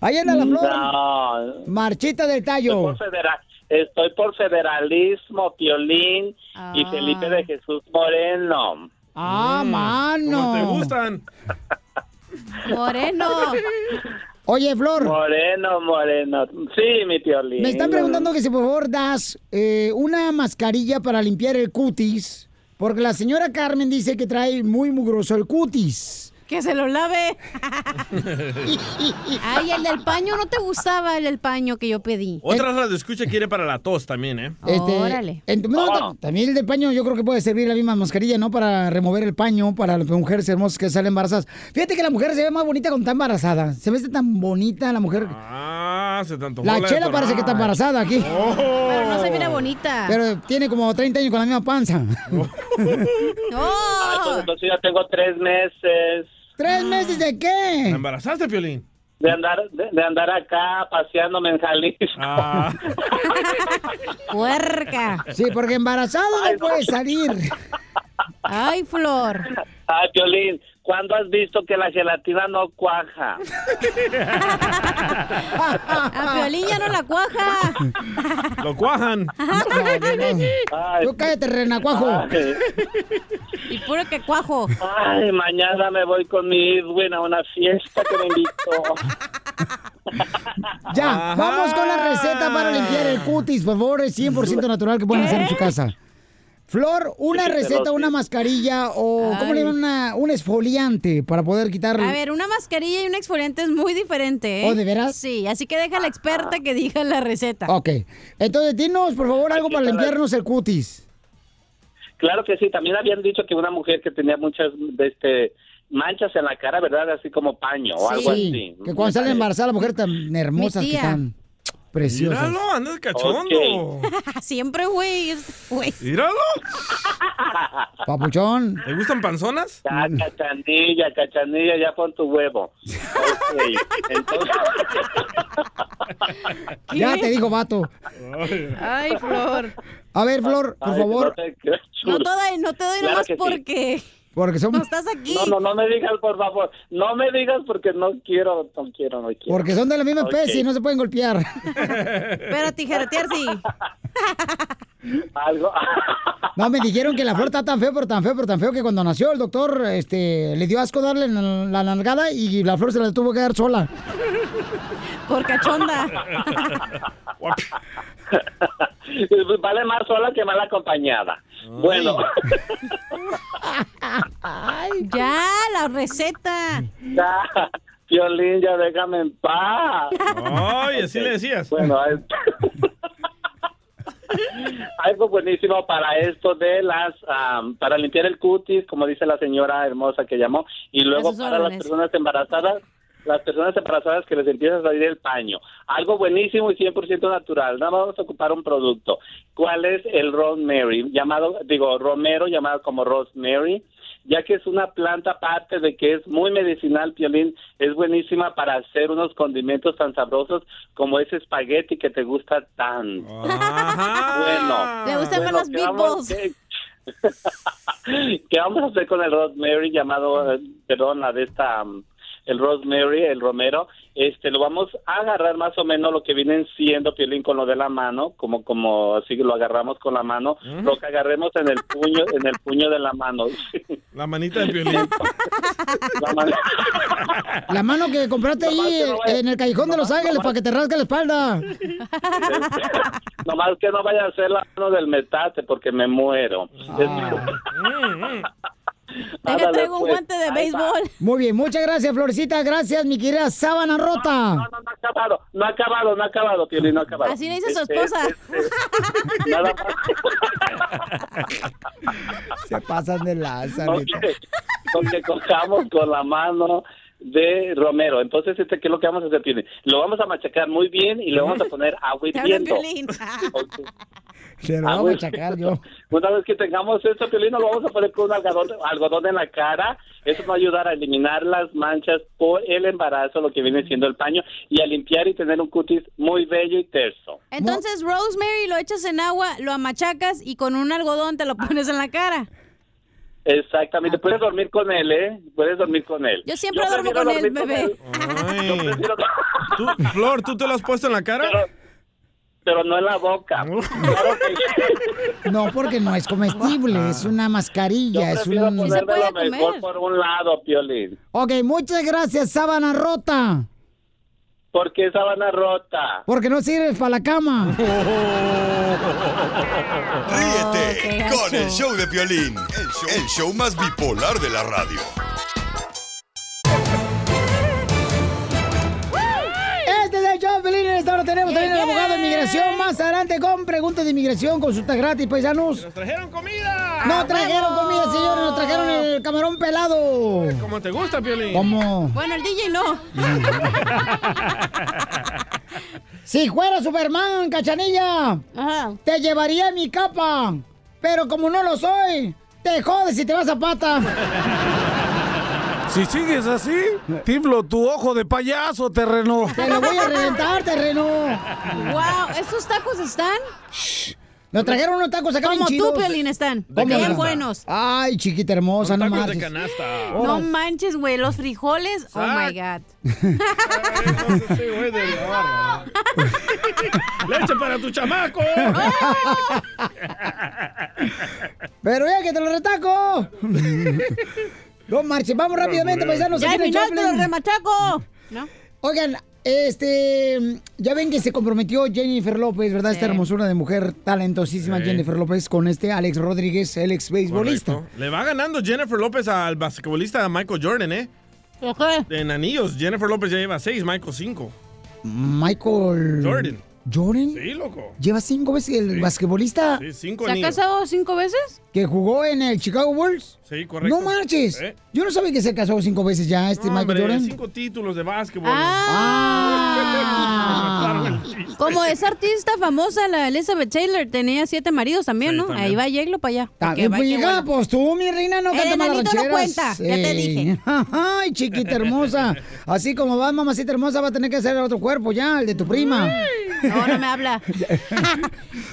Ahí anda la flor. No. Marchita del Estoy tallo. por, federa- estoy por federalismo, Piolín y Felipe de Jesús Moreno. Ah, mano. como te Mm, gustan. <laughs> Moreno. Oye, Flor. Moreno, Moreno. Sí, mi Piolín. Me están preguntando que si por favor das eh, una mascarilla para limpiar el cutis, porque la señora Carmen dice que trae muy mugroso el cutis. Que se lo lave. Ay, el del paño no te gustaba el del paño que yo pedí. <laughs> Otra radio escucha quiere para la tos también, ¿eh? Este, en- no, Ah. ta- También el de paño yo creo que puede servir la misma mascarilla, ¿no? Para remover el paño para las mujeres hermosas que salen embarazadas. Fíjate que la mujer se ve más bonita cuando está embarazada. Se ve tan bonita la mujer. Ah, se tanto. la chela parece que está embarazada aquí. Oh. Pero no se mira bonita. Pero tiene como 30 años con la misma panza. Ay, pues entonces ya tengo tres meses ¿Tres meses de qué? ¿Me embarazaste, Piolín? de andar, de, de andar acá paseándome en Jalisco. <laughs> Ah. Puerca. Sí, porque embarazado no puede salir. Ay, Flor. <laughs> Ay, Piolín, ¿cuándo has visto que la gelatina no cuaja? <laughs> A Piolín ya no la cuaja. <laughs> Lo cuajan. Tú cállate, renacuajo. Ay, Y puro que cuajo. ay, mañana me voy con mi Edwin a una fiesta que <laughs> me invitó. Ya, Ajá. vamos con la receta para limpiar el cutis, por favor, es 100% natural que pueden hacer en su casa. Flor, una Sí, sí, te receta, lo una mascarilla o ¿cómo Ay. le llaman? Una- un esfoliante para poder quitar A ver, una mascarilla y un exfoliante es muy diferente, ¿eh? ¿Oh, de veras? Ah. Sí, así que deja a la experta que diga la receta. Ok. Entonces, dinos, por favor, algo para limpiarnos el cutis. Claro que sí, también habían dicho que una mujer que tenía muchas este, manchas en la cara, ¿verdad? Así como paño o algo así. que cuando sale embarazada la mujer tan hermosas que tía. están preciosas. Míralo, andas cachondo. <laughs> Siempre, güey. es- güey. ¡Míralo! Papuchón. ¿Te gustan panzonas? Ya, cachanilla, cachanilla, ya pon tu huevo. Ok, entonces... Ya te digo, vato. Ay, Flor. A ver, Flor, por Ay, favor. no te creas, No chula. te doy, no te doy Claro nomás que sí. porque <laughs> Porque no son, estás aquí. No, no, no me digas, por favor. No me digas porque no quiero, no quiero, no quiero. porque son de la misma Ok. especie <laughs> y no se pueden golpear. <laughs> Pero tijeretear sí. Algo. No, me dijeron que la flor está tan feo, pero tan feo, pero tan feo que cuando nació el doctor este, le dio asco darle na- la nalgada y la flor se la tuvo que dar sola. Por cachonda. <laughs> vale más sola que mal acompañada. Bueno, <laughs> Ya, la receta. ya, Violín, ya déjame en paz. Ay, así le decías. Bueno, hay- algo buenísimo para esto de las, am, para limpiar el cutis, como dice la señora hermosa que llamó, y luego sus para las órdenes. personas embarazadas, las personas embarazadas que les empieza a salir el paño. Algo buenísimo y 100% natural. Nada más vamos a ocupar un producto. ¿Cuál es el rosemary? Llamado, digo, romero, llamado como rosemary ya que es una planta aparte de que es muy medicinal, Piolín, es buenísima para hacer unos condimentos tan sabrosos como ese espagueti que te gusta tanto. Bueno. Le gustan para bueno, los ¿qué vamos- meatballs. qué- ¿Qué vamos a hacer con el rosemary llamado, eh, perdón, la de esta, um, el rosemary, el romero? Este, lo vamos a agarrar más o menos lo que vienen siendo piolín con lo de la mano, como, como así lo agarramos con la mano, ¿Mm? lo que agarremos en el puño, en el puño de la mano. La manita de Piolín. <laughs> La mano- La mano que compraste ahí en el callejón de Los Ángeles para que te rasque la espalda. Nomás que no vaya a ser la mano del metate porque me muero. Ah. Deja, Mm, Ándale, traigo un pues. guante de béisbol. Muy bien, muchas gracias, Florcita. Gracias, mi querida sábana rota. <laughs> No ha acabado, no ha acabado, no ha acabado, Piolín, no ha acabado. Así le dice su Este, esposa. nada Se pasan de lanza. Ok. neta. lo que cojamos con la mano de Romero. Entonces, este, ¿qué es lo que vamos <laughs> a hacer, Piolín? Lo vamos a machacar muy bien y le vamos a poner agua Te hablan hirviendo. violín. Se lo vamos a machacar yo. Una vez que tengamos esto, Piolín, nos lo vamos a poner con un algodón, algodón en la cara. Eso va a ayudar a eliminar las manchas por el embarazo, lo que viene siendo el paño, y a limpiar y tener un cutis muy bello y terso. Entonces, rosemary lo echas en agua, lo amachacas y con un algodón te lo pones en la cara. Exactamente, puedes dormir con él, ¿eh? Puedes dormir con él. Ah, Yo siempre duermo prefiero con él, dormir bebé. Ay. ¿Tú, Flor, ¿tú te lo has puesto en la cara? Pero no en la boca. Claro que No, porque no es comestible, es una mascarilla, es Ah. prefiero un... ponérmelo mejor por un lado, Piolín. Ok, muchas gracias, sábana rota, Porque es sábana rota. porque no sirve para la <laughs> cama. Ríete con el show de Piolín, el show, el show más bipolar de la radio. Este es el show, Pelín. En esta hora tenemos Yeah, también al yeah. abogado de inmigración. Más adelante con preguntas de inmigración, consulta gratis, paisanos. ¡Trajeron comida! No trajeron comida, señores, nos trajeron el camarón pelado. Como te gusta, Piolín. ¿Cómo? Bueno, el DJ no. Si fuera Superman, cachanilla, te llevaría mi capa. Pero como no lo soy, te jodes y te vas a pata. Si sigues así, Tiflo, tu ojo de payaso, terreno. Te lo voy a reventar, terreno. Wow, ¿estos tacos están? Nos trajeron unos tacos acá Como bien tú, chidos. Piolín, están. ¿Cómo Bien no? buenos. Ay, chiquita hermosa, no Tacos de marches. canasta. No manches, güey, los frijoles, oh Sac. my God. Sí, güey, de la barba. <laughs> ¡Leche para tu <laughs> chamaco! Pero ya que te lo retaco. no marches, vamos rápidamente, paisanos. Ya aquí en al el final te Choplin. lo remachaco. ¿No? Oigan, este, ya ven que se comprometió Jennifer López, ¿verdad? Esta Sí. hermosura de mujer talentosísima Sí. Jennifer López con este Alex Rodríguez, el ex beisbolista. Le va ganando Jennifer López al basquetbolista Michael Jordan, ¿eh? En anillos, Jennifer López ya lleva seis, Michael cinco. Michael Jordan. Jordan. Sí, loco. Lleva cinco veces el basquetbolista Sí, cinco ¿Se ha anillos. casado cinco veces? que jugó en el Chicago Bulls. Sí, correcto. No marches. Eh. Yo no sabía que se casó cinco veces ya este Michael Hombre, Jordan. cinco títulos de básquetbol. Ah. Como es artista famosa, la Elizabeth Taylor tenía siete maridos también, ¿no? Ahí va Yeglo para allá. Ah, Porque va, pues, qué llega, bueno. pues tú, mi reina, no El canta malas enanito no rancheras. cuenta, ya te dije. <laughs> Ay, chiquita hermosa. Así como vas, mamacita hermosa, va a tener que hacer otro cuerpo ya, el de tu prima. Ahora me habla.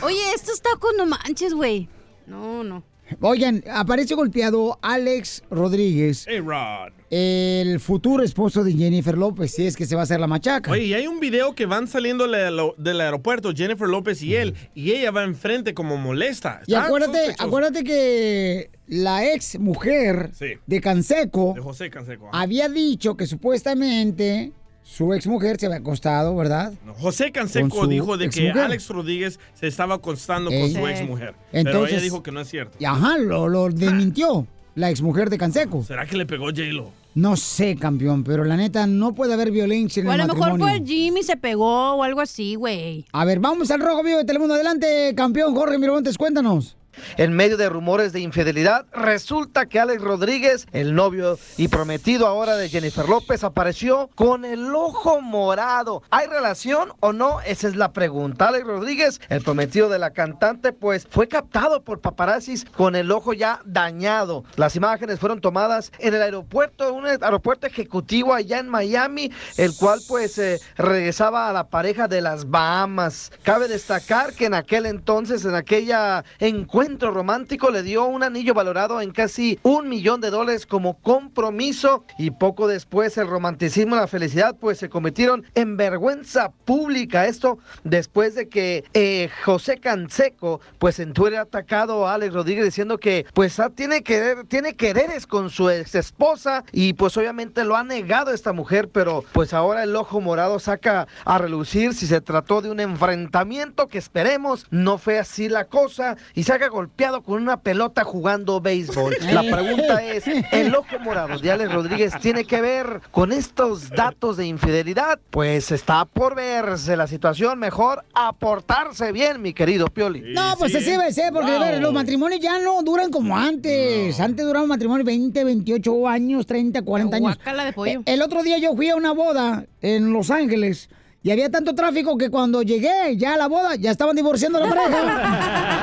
Oye, estos tacos no manches, güey. No, no. <laughs> Oigan, aparece golpeado Alex Rodríguez, A-Rod. el futuro esposo de Jennifer López, si es que se va a hacer la machaca. Oye, y hay un video que van saliendo la- lo- del aeropuerto Jennifer López y él, y ella va enfrente como molesta. Y Está acuérdate, sospechoso. acuérdate que la ex mujer Sí. de Canseco De José Canseco. ajá. había dicho que supuestamente su ex mujer se había acostado, ¿verdad? José Con Canseco su dijo de que exmujer. Alex Rodríguez se estaba acostando con Ey. su Sí. ex mujer. pero ella Entonces- dijo que no es cierto. Y ajá, lo, Ah. lo desmintió la exmujer de Canseco. ¿Será que le pegó J-Lo? No sé, campeón, pero la neta no puede haber violencia en O a el lo mejor matrimonio. fue el Jimmy se pegó o algo así, güey. A ver, vamos al rojo vivo de Telemundo. Adelante, campeón Jorge Miramontes, cuéntanos. En medio de rumores de infidelidad, resulta que Alex Rodríguez, el novio y prometido ahora de Jennifer López, apareció con el ojo morado. ¿Hay relación o no? Esa es la pregunta. Alex Rodríguez, el prometido de la cantante, pues fue captado por paparazzis con el ojo ya dañado. Las imágenes fueron tomadas en el aeropuerto, un aeropuerto ejecutivo allá en Miami, el cual pues eh, regresaba a la pareja de las Bahamas. Cabe destacar que en aquel entonces, en aquella encuentro romántico, le dio un anillo valorado en casi un millón de dólares como compromiso y poco después el romanticismo y la felicidad pues se convirtieron en vergüenza pública. Esto después de que eh, José Canseco pues en Twitter ha atacado a Alex Rodríguez diciendo que pues ah, tiene que tiene quereres con su ex esposa y pues obviamente lo ha negado esta mujer, pero pues ahora el ojo morado saca a relucir si se trató de un enfrentamiento que esperemos no fue así la cosa y saca golpeado con una pelota jugando béisbol. La pregunta es, ¿el ojo morado de Alex Rodríguez tiene que ver con estos datos de infidelidad? Pues está por verse la situación, mejor aportarse bien, mi querido Pioli. No, pues ¿eh? así debe ser, porque a ver, los matrimonios ya no duran como antes. Antes duraba un matrimonio 20, 28 años, E, 30, 40 años. Guácala de pollo. Eh, El otro día yo fui a una boda en Los Ángeles y Y había tanto tráfico que cuando llegué ya a la boda, ya estaban divorciando la <laughs> pareja.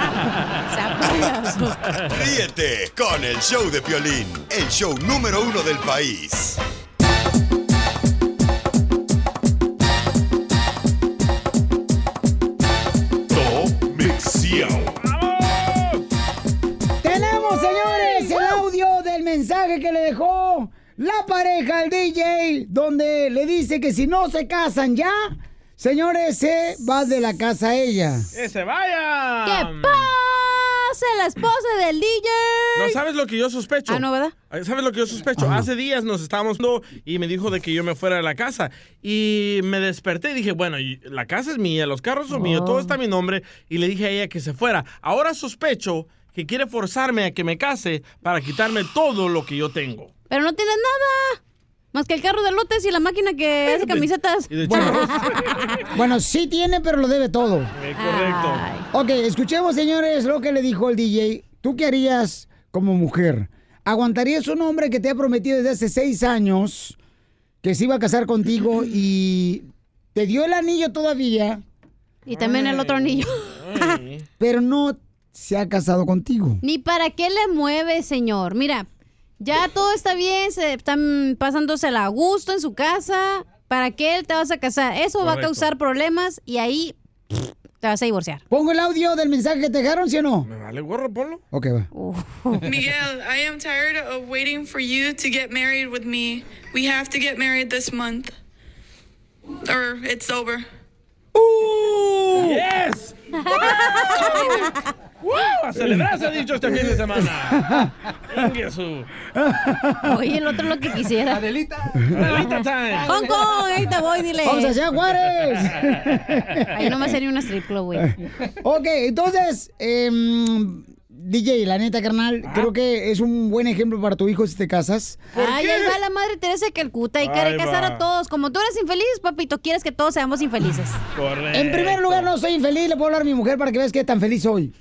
Ríete con el show de Piolín, el show número uno del país. Top Mixiao. Tenemos, señores, el audio del mensaje que le dejó la pareja al DJ, donde le dice que si no se casan ya, señores, se va de la casa ella. ¡Que se vaya! ¡Que pase la esposa del DJ! No sabes lo que yo sospecho. Eh, Ah, no, ¿verdad? Ah, ¿Sabes lo que yo sospecho? Hace días nos estábamos dando y me dijo de que yo me fuera de la casa. Y me desperté y dije, bueno, y la casa es mía, los carros son míos, Oh. todo está a mi nombre. Y le dije a ella que se fuera. Ahora sospecho que quiere forzarme a que me case para quitarme todo lo que yo tengo. Pero no tienes nada. Más que el carro de lotes y la máquina que hace camisetas. Bueno, sí tiene, pero lo debe todo. correcto. Ok, escuchemos, señores, lo que le dijo el DJ. ¿Tú qué harías como mujer? ¿Aguantarías un hombre que te ha prometido desde hace seis años que se iba a casar contigo y te dio el anillo todavía, Y también el otro anillo. pero no se ha casado contigo? <laughs> Ni para qué le mueve, señor. Mira, ya todo está bien, se están pasándosela a gusto en su casa. ¿Para qué te vas a casar? Eso va a Correcto. causar problemas y ahí <sniffs> pff, te vas a divorciar. ¿Pongo el audio del mensaje que te dejaron, sí o no? Me vale gorro, ponlo. Ok, va. Miguel, I am tired of waiting for you to get married with me. We have to get married this month. Or it's over. Ooh! Yes! ¡A celebrar se ha dicho este fin de semana! Ingue su. Oye, el otro lo que quisiera. Adelita. Adelita time. Hong Kong, ahí te voy, dile. Vamos allá, Juárez. Ahí no me sería una strip club, güey. Ok, entonces, em, DJ, la neta, carnal, creo que es un buen ejemplo para tu hijo si te casas. Ay, ahí va la madre Teresa de Calcuta y quiere Ahí casar va. a todos. Como tú eres infeliz, papito, quieres que todos seamos infelices. Correcto. En primer lugar, no soy infeliz, le puedo hablar a mi mujer para que veas que tan feliz soy.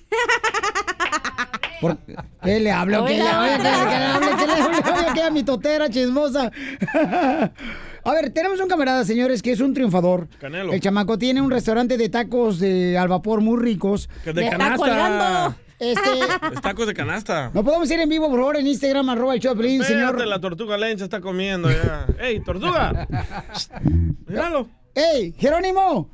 ¿Por qué le hablo? ¿Qué le Hola, hablo? ¿Qué le hola. hablo? ¿Qué le hablo? ¿Qué a mi totera chismosa? <laughs> A ver, tenemos un camarada, señores, que es un triunfador. Canelo. El chamaco tiene un restaurante de tacos de al vapor muy ricos. Que de canasta. Este, Los tacos de canasta. No podemos ir en vivo, por favor, en Instagram, arroba el Choplin, Espérate, señor. la tortuga lencha está comiendo ya. ¡Ey, tortuga! Míralo. ¡Ey, Jerónimo!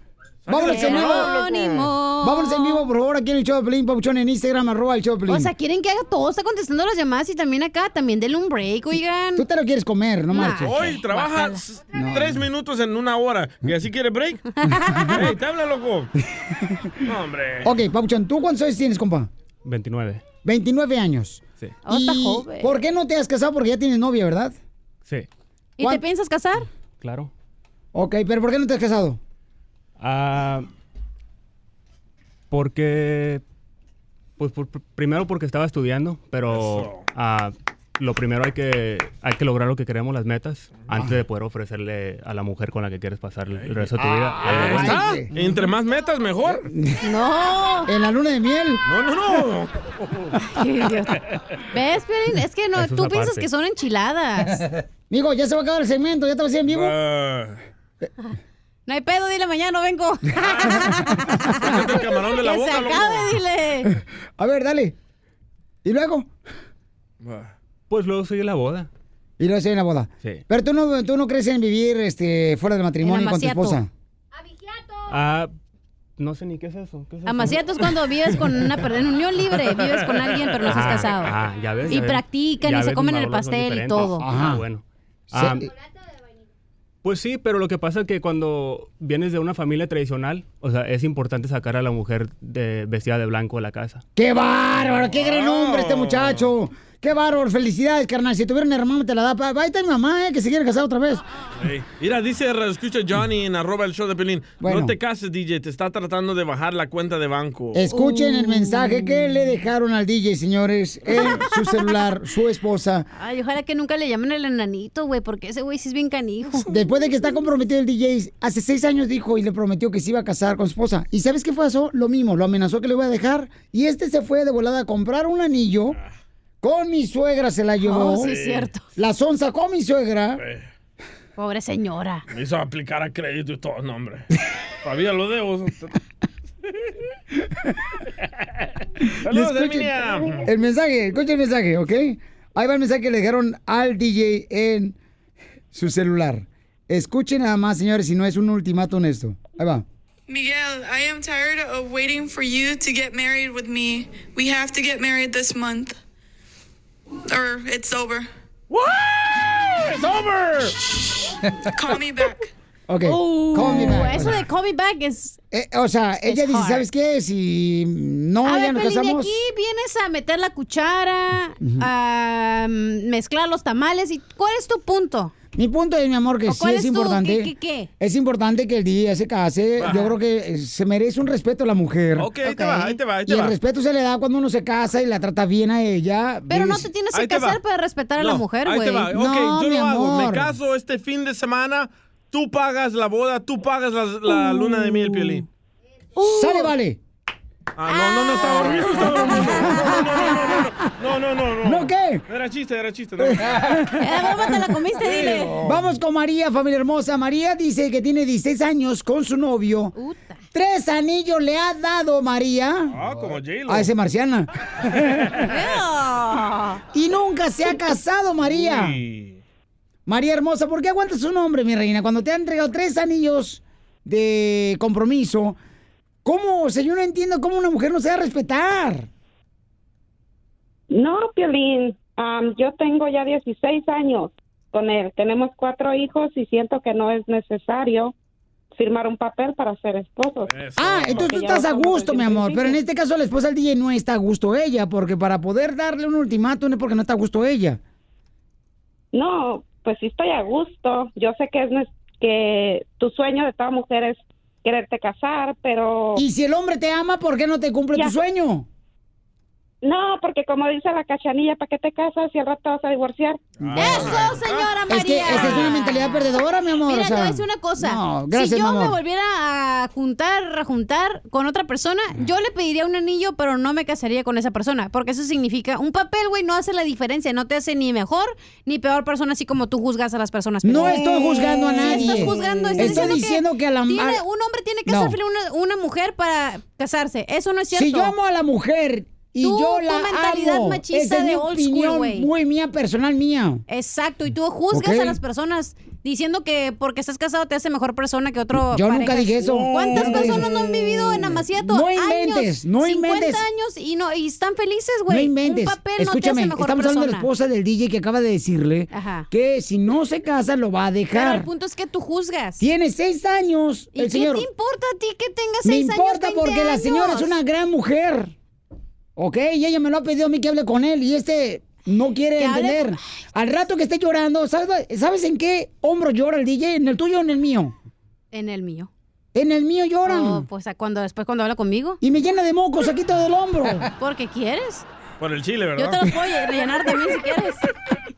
Vámonos en vivo. Jerónimo. Vámonos en vivo, por favor, aquí en el Choplin, Papuchón, en Instagram, arroba el Choplin. O sea, quieren que haga todo, está contestando las llamadas y también acá, también denle un break, oigan. Tú te lo quieres comer, no Nah. marches. Hoy trabaja s- tres minutos en una hora. ¿Y así quiere break? <laughs> ¡Ey, te habla, loco! No, hombre. Ok, Papuchón, ¿tú cuántos años tienes, compa? 29. 29 años. Sí. Oh, está ¿Y joven. ¿Por qué no te has casado? Porque ya tienes novia, ¿verdad? Sí, ¿Y te piensas casar? claro. Ok, pero ¿por qué no te has casado? Ah, porque. Pues por- primero porque estaba estudiando, pero ah, lo primero hay que, hay que lograr lo que queremos, las metas, antes de poder ofrecerle a la mujer con la que quieres pasar el, el resto de tu vida. algo Ah, Ahí bueno. está. Entre <laughs> más metas, mejor. No. En la luna de <laughs> miel. No, no, no. ¿Ves, Piolín? Es que no, Eso es tú aparte. piensas que son enchiladas. Ah. Digo, ya se va a acabar el segmento, ya te vas a ir en vivo. Ah. No hay pedo, dile mañana, no vengo. el camarón de la que boca, se acabe, dile. <laughs> A ver, dale. ¿Y luego? Pues luego sigue la boda. Y luego sigue la boda. Sí. Pero tú no, tú no crees en vivir este, fuera del matrimonio con tu amaciato. esposa. Ah, no sé ni qué es eso. ¿Qué es eso? Amaciato es cuando vives con una persona en unión libre, vives con alguien pero no estás Ah, casado. Ah, ya ves. Y ya ves. practican Ya y se ves, comen mis el valores son pastel y diferentes. todo. Ah, Ajá. bueno. Se- Ah, pues sí, pero lo que pasa es que cuando vienes de una familia tradicional, o sea, es importante sacar a la mujer de, vestida de blanco de la casa. ¡Qué bárbaro! ¡Qué gran hombre este muchacho! ¡Qué bárbaro! ¡Felicidades, carnal! Si tuviera un hermano, te la da. Pa- Ahí está mi mamá, eh, que se quiere casar otra vez. Ey, Mira, dice, escucha Johnny en arroba el show de Pelín. No te cases, DJ, te está tratando de bajar la cuenta de banco. Uh. Escuchen el mensaje que le dejaron al DJ, señores, en su celular, su esposa. Ay, ojalá que nunca le llamen el enanito, güey, porque ese güey sí es bien canijo. Después de que está comprometido el DJ, hace seis años dijo y le prometió que se iba a casar con su esposa. ¿Y sabes qué pasó? Lo mismo, lo amenazó que le iba a dejar. Y este se fue de volada a comprar un anillo. Con mi suegra se la llevó. Oh, sí, es cierto. La sonsa con mi suegra. Pobre señora. Eh, Me hizo aplicar a crédito y todo, no, hombre. Todavía lo debo. <laughs> Saludos, Herminia. el mensaje, escucha el mensaje, ¿ok? Ahí va el mensaje que le dejaron al DJ en su celular. Escuchen nada más, señores, si no es un ultimátum esto. Ahí va. Miguel, I am tired of waiting for you to get married with me. We have to get married this month. Or it's over. What? It's over. Call me back. Ok. call me back. Oh, Uh, Eso O sea, de call me back es... eh, o sea, ella es dice, hard. ¿sabes qué? Si no, a ya ver, nos Pelín, y casamos. aquí vienes a meter la cuchara, Ujú. a mm, mezclar los tamales. ¿Y cuál es tu punto? Mi punto es, mi amor, que ¿O sí cuál es, es tu- importante. qué- qué- qué? Es importante que el día se case. Ajá. Yo creo que eh, se merece un respeto a la mujer. Ok, ahí te va, ahí te va, ahí te y el va. respeto se le da cuando uno se casa y la trata bien a ella. Pero no Ves- te tienes que casar para respetar a la No, mujer, ahí güey. te va. Ok, No, yo mi lo hago. Me amor. caso este fin de semana. Tú pagas la boda, tú pagas la, Uh. la luna de miel, Piolín. ¡Sale, vale! Ah, no, no, no, está dormido, está dormido. No, no, no, no, no, no, no. ¿No qué? No era chiste, era chiste. No. te la comiste, dile. Vamos con María, familia hermosa. María dice que tiene 16 años con su novio. Tres anillos le ha dado María Ah, como J-Lo. a ese <laughs> marciana. y nunca <laughs> se ha casado María. María hermosa, ¿por qué aguantas un hombre, mi reina? Cuando te ha entregado tres anillos de compromiso, ¿cómo? O sea, yo no entiendo cómo una mujer no se va a respetar. No, Piolín, am, yo tengo ya 16 años con él. Tenemos cuatro hijos y siento que no es necesario firmar un papel para ser esposos. Ah, entonces tú estás a gusto, mi amor. Pero en este caso la esposa del DJ no está a gusto ella, porque para poder darle un ultimátum es porque no está a gusto ella. No, pues sí estoy a gusto. Yo sé que es nes- que tu sueño de toda mujer es quererte casar, pero Y si el hombre te ama, ¿por qué no te cumple Ya. tu sueño? no, porque como dice la cachanilla, ¿para qué te casas si al rato vas a divorciar? Eso, señora María. Es que esa es una mentalidad perdedora, mi amor. Mira, o sea. te voy a decir una cosa. No, gracias, si yo mi amor. me volviera a juntar, rejuntar con otra persona, Ah. yo le pediría un anillo, pero no me casaría con esa persona. Porque eso significa, un papel, güey, no hace la diferencia. No te hace ni mejor ni peor persona, así como tú juzgas a las personas. No estoy juzgando a Sí, nadie. estás juzgando. estás Estoy diciendo que a la- tiene- a- Un hombre tiene que No. sufrir una, una mujer para casarse. Eso no es cierto. Si yo amo a la mujer y Tú, yo tu la mentalidad amo, machista esa es de mi old school, opinión güey. muy mía, personal mía. Exacto, y tú juzgas Ok. a las personas diciendo que porque estás casado te hace mejor persona que otro. Yo nunca pareja. dije eso. ¿Cuántas Yo nunca dije eso. personas no han vivido en Amaciato? No Años, inventes, no 50 inventes. años y no y están felices, güey. No inventes. Un papel Escúchame, no te hace mejor estamos hablando persona. de la esposa del DJ que acaba de decirle Ajá. que si no se casa lo va a Pero el dejar. punto es que tú juzgas. Tiene seis años ¿Y el qué señor. te importa a ti que tengas Me seis años? importa 20 porque la señora es años? una gran mujer. ¿Ok? Y ella me lo ha pedido a mí que hable con él y este no quiere Que hable entender. con- Al rato que esté llorando, ¿sabes, ¿sabes en qué hombro llora el DJ? ¿En el tuyo o en el mío? En el mío. En el mío lloran. Oh, pues a cuando después cuando habla conmigo. Y me llena de mocos aquí todo el hombro. <laughs> Porque quieres. Por el chile, ¿verdad? Yo te los puedo rellenar también si quieres.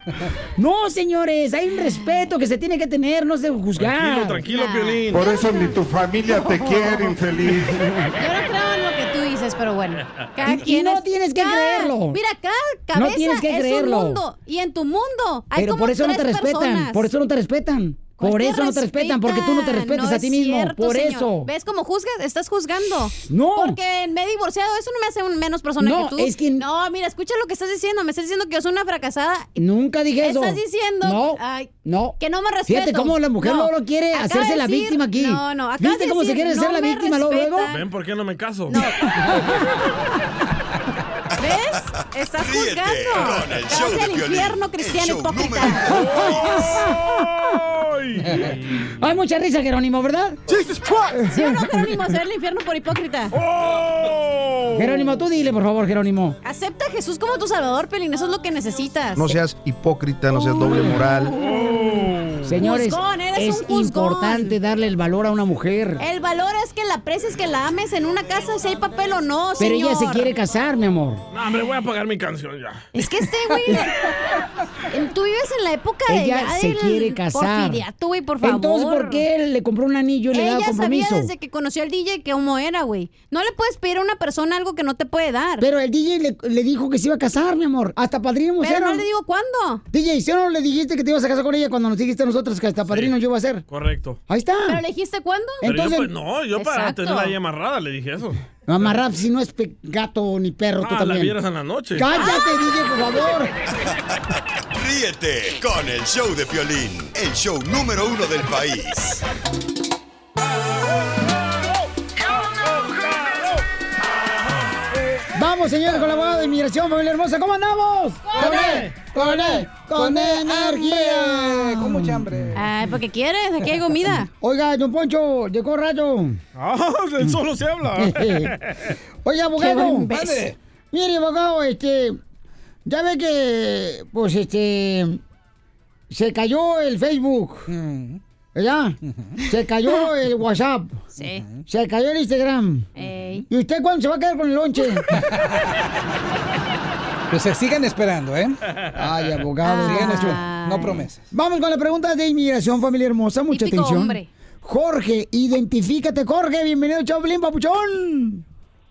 <laughs> No, señores, hay un respeto que se tiene que tener, no se juzgar. Tranquilo, Piolín. Por eso ni tu familia <laughs> te quiere, infeliz. Yo no creo en lo que tú dices, pero <laughs> bueno. Cada Y- y quien no es- tienes que cada- creerlo. Mira, cada No cabeza tienes que es creerlo. un mundo. Y en tu mundo hay Pero como por eso no te tres respetan, personas. Pues por eso no te respetan. Por Te eso no te respetan, porque tú no te respetas a es ti mismo. cierto, por señor. eso. ¿Ves cómo juzgas? Estás juzgando. No. Porque me he divorciado, eso no me hace un menos persona No, que tú. es que- No, mira, escucha lo que estás diciendo. Me estás diciendo que yo soy una fracasada. Nunca dije eso. Estás diciendo No, Ay, no. que no me respeto. Fíjate cómo la mujer No. luego quiere Acaba hacerse de la decir- víctima aquí. No, no, acabas ¿Viste de cómo se decir, quiere hacer no la me víctima luego, luego? respetan. ¿Ven por qué no me caso? ¿Ves? Estás Ríete juzgando. con el Te show vas de al Piolín, infierno, cristiano hipócrita. <laughs> <laughs> <laughs> Hay mucha risa, Jerónimo, ¿verdad? ¿Sí o no, Jerónimo? Se va al infierno por hipócrita. Oh. Jerónimo, tú dile, por favor, Jerónimo. Acepta a Jesús como tu salvador, Pelín. Eso es lo que necesitas. No seas hipócrita, no seas doble moral. Oh. Señores, Juzgón, eres es un juzgón. importante darle el valor a una mujer. El valor es que la aprecies, que la ames en una casa, si hay papel o no, Pero ella se señor. quiere casar, mi amor. No, hombre, voy a pagar mi canción ya. Es que este güey... <laughs> en- Tú vives en la época de... Ella ya se del quiere casar. porfiriato, güey, por favor. Entonces, ¿por qué él le compró un anillo y le daba Ella sabía compromiso? desde que conoció al DJ que cómo era, güey. No le puedes pedir a una persona algo que no te puede dar. Pero el DJ le, le dijo que se iba a casar, mi amor. Hasta padrino Pero hicieron. no le digo cuándo. DJ, ¿sí o no le dijiste que te ibas a casar con ella cuando nos dijiste a otras que hasta padrino yo iba a ser. Correcto. Ahí está. ¿Pero le dijiste cuándo? Pero yo, pues, no, yo para tenerla ahí amarrada le dije eso. Amarrar si no es pe- gato ni perro, tú Ah, la también. vieras en la noche. Cállate, Ah. DJ, por favor. Ríete con el show de Piolín, el show número uno del país. Vamos, señores, con la abogada de inmigración, familia hermosa. ¿Cómo andamos? Con él, con él, con energía. Con mucha hambre. Ay, porque quieres, aquí <laughs> hay comida. Oiga, don Poncho, llegó rayo. Ah, del solo se habla. <laughs> <laughs> Oiga, Qué abogado. buen beso. Mande. Mire, abogado, este. Ya ve que, pues, este. Se cayó el Facebook. ¿Verdad? Se cayó el WhatsApp. Sí. Se cayó el Instagram. Ey. ¿Y usted cuándo se va a quedar con el lonche? <laughs> Pues se sigan esperando, ¿eh? Ay, abogado. Sigan esperando. No promesas. Vamos con la pregunta de inmigración, familia hermosa. Mucha Típico atención. hombre. Jorge, identifícate, Jorge. Bienvenido, Choplin, papuchón.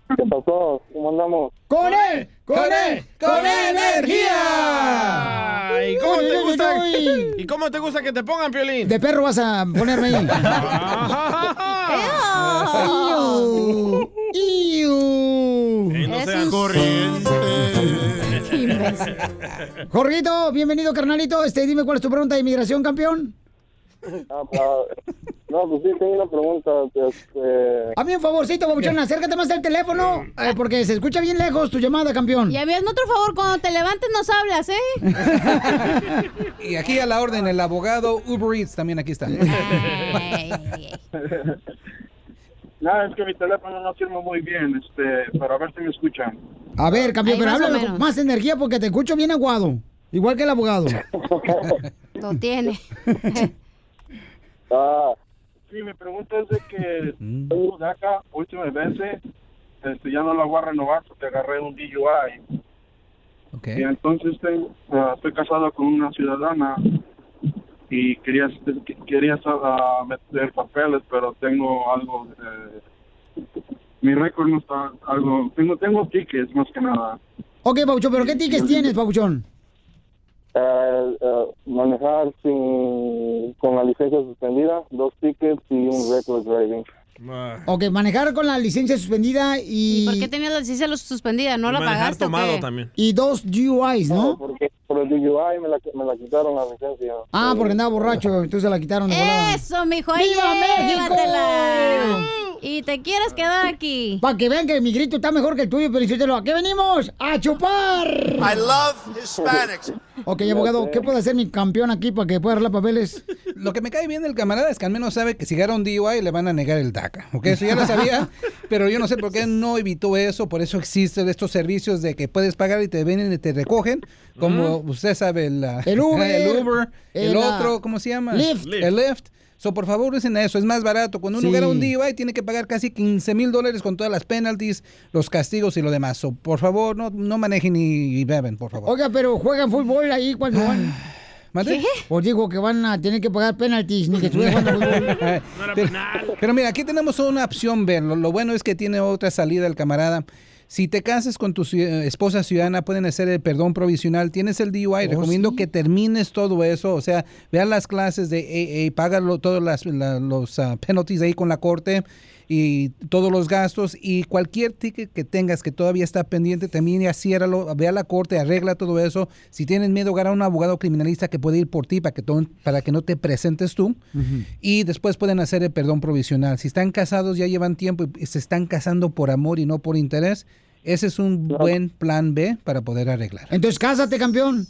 ¿Qué pasó? ¿Cómo andamos? ¡Con él! ¡Con él! ¡Con energía! Ah. ¿Y cómo te gusta? ¿Y cómo te gusta que te pongan, Piolín? De perro vas a ponerme <laughs> ahí. ¡Iu! ¡Iu! Ey, no eh. Eres sean un- corrientes. Qué imbécil. Jorgito, bienvenido, carnalito. Este, dime cuál es tu pregunta de inmigración, campeón. Ah, pa- No, pues sí, tengo una pregunta. Este... Hazme un favorcito, Babuchón, acércate más al teléfono, eh, porque se escucha bien lejos tu llamada, campeón. Y a mí, hazme otro favor, cuando te levantes nos hablas, ¿eh? Y aquí a la orden, el abogado Uber Eats también aquí <laughs> está. Nada, es que mi teléfono no sirve muy bien, este, pero a ver si me escuchan. A ver, campeón, Ahí pero más o háblame menos. con más energía porque te escucho bien aguado. Igual que el <laughs> abogado. Lo tiene. Ah, sí, mi pregunta es de que tengo de acá últimas veces, este, ya no la voy a renovar porque agarré un DUI. Y entonces tengo- ah, estoy casado con una ciudadana y quería, quería ah, meter papeles, pero tengo algo de... Mi récord no está algo... Tengo, tengo tickets más que nada. Ok, Pabuchón, pero ¿qué tickets tienes, Pabuchón? Eh, eh, manejar sin, con la licencia suspendida, dos tickets y un record driving. Ok, manejar con la licencia suspendida y... ¿Por qué tenías la licencia los suspendida? ¿No la pagaste? o qué? Y dos DUIs, ¿no? Porque por el DUI me la, me la quitaron la licencia. Ah, porque andaba borracho, entonces la quitaron de volada. Eso, mijo, ahí ¡Viva México! llévatela. Y te quieres quedar aquí. Para que vean que mi grito está mejor que el tuyo, pero yo ¿a qué venimos? ¡A chupar! I love Hispanics. Este. Ok, abogado, ¿qué puede hacer mi campeón aquí para que pueda arreglar papeles? Lo que me cae bien del camarada es que al menos sabe que si gana un DUI le van a negar el DACA. ¿ok? Eso ya <laughs> lo sabía, pero yo no sé por qué no evitó eso. Por eso existen estos servicios de que puedes pagar y te vienen y te recogen. Como usted sabe, el, ah, Mm. El Uber, <laughs> el, Uber, el el, ah, otro, ¿cómo se llama? Lyft. El Lyft. So, por favor, usen eso, es más barato. Cuando uno Sí. gana un DUI tiene que pagar casi 15 mil dólares con todas las penalties, los castigos y lo demás. So, por favor, no, no manejen y, y beben, por favor. Oiga, pero juegan fútbol ahí cuando van. <sighs> ¿Mande? ¿Qué? Os digo que van a tener que pagar penaltis, ni que estuvieran <laughs> <laughs> jugando fútbol. <laughs> pero, pero mira, aquí tenemos una opción, ver. Lo, lo bueno es que tiene otra salida el camarada. Si te casas con tu ci- eh, esposa ciudadana, pueden hacer el perdón provisional. Tienes el DUI, recomiendo que termines todo eso. O sea, vean las clases de E AA, paga lo- todos las- la- los ah, penalties ahí con la corte y todos los gastos. Y cualquier ticket que tengas que todavía está pendiente, también ya ciérralo, ve a la corte, arregla todo eso. Si tienes miedo, agarra un abogado criminalista que puede ir por ti para que, to- para que no te presentes tú Mm-hmm. y después pueden hacer el perdón provisional. Si están casados, ya llevan tiempo y se están casando por amor y no por interés, ese es un buen plan B para poder arreglar. Entonces, cásate, campeón.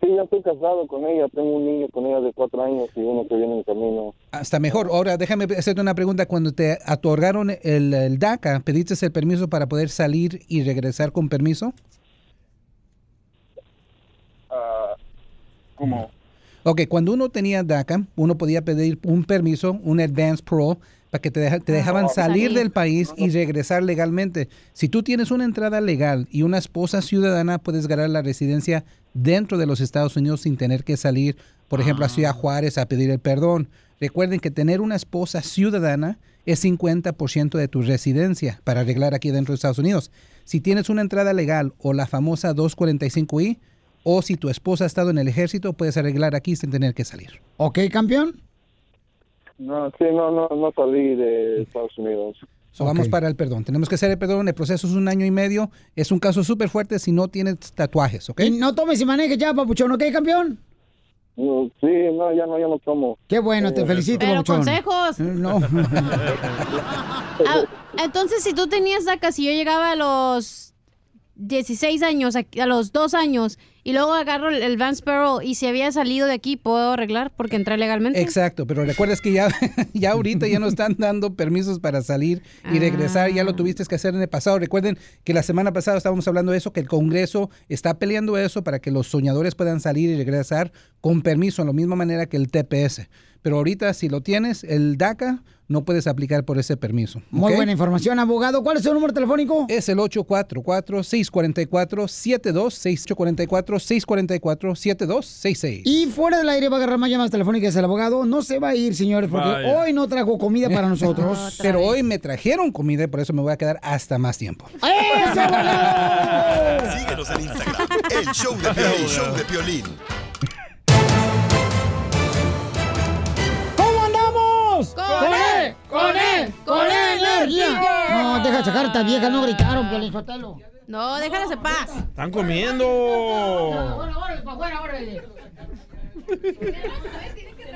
Sí, ya estoy casado con ella, tengo un niño con ella de cuatro años y uno que viene en camino. Hasta mejor. Ahora, déjame hacerte una pregunta. Cuando te otorgaron el, el DACA, ¿pediste el permiso para poder salir y regresar con permiso? Ah, ¿Cómo? Ok, cuando uno tenía DACA, uno podía pedir un permiso, un advance parole, para que te, deja- te dejaban salir del país y regresar legalmente. Si tú tienes una entrada legal y una esposa ciudadana, puedes ganar la residencia dentro de los Estados Unidos sin tener que salir, por ejemplo, a Ciudad Juárez a pedir el perdón. Recuerden que tener una esposa ciudadana es 50% de tu residencia para arreglar aquí dentro de Estados Unidos. Si tienes una entrada legal o la famosa 245i, o si tu esposa ha estado en el ejército, puedes arreglar aquí sin tener que salir. ¿Ok, campeón? No, sí, no, no, no salí de Estados Unidos. So, Vamos para el perdón. Tenemos que hacer el perdón. El proceso es un año y medio. Es un caso súper fuerte si no tienes tatuajes, ¿ok? Y no tomes y manejes ya, papuchón, ¿ok, campeón? No, sí, no, ya no, ya no tomo. Eh, Qué bueno, te felicito, Pero papuchón. Oh, consejos. No. Ah, entonces, si tú tenías acá, si yo llegaba a los 16 años, a, a los 2 años, y luego agarro el, el Vance Sparrow, y si había salido de aquí, ¿puedo arreglar porque entré legalmente? Exacto, pero recuerdas que ya, <laughs> ya ahorita ya no están dando permisos para salir y regresar, ya lo tuviste que hacer en el pasado. Recuerden que la semana pasada estábamos hablando de eso, que el Congreso está peleando eso para que los soñadores puedan salir y regresar con permiso, en la misma manera que el TPS. Pero ahorita si lo tienes, el DACA, no puedes aplicar por ese permiso. Muy ¿ok? buena información, abogado. ¿Cuál es su número telefónico? Es el 844-644-7266. 844-644-7266. Y fuera del aire va a agarrar más llamadas telefónicas el abogado. No se va a ir, señores, porque Vaya. hoy no trajo comida para nosotros. Pero hoy me trajeron comida y por eso me voy a quedar hasta más tiempo. ¡Eso, abogado! Síguenos en Instagram, el show de Piolín. el show de Piolín. ¿Cómo andamos? ¡Con él! ¡Con él! ¡Con él, energía! No, deja sacar a esta vieja, no gritaron, Piolín Sotelo. No, déjalas en paz. Están comiendo.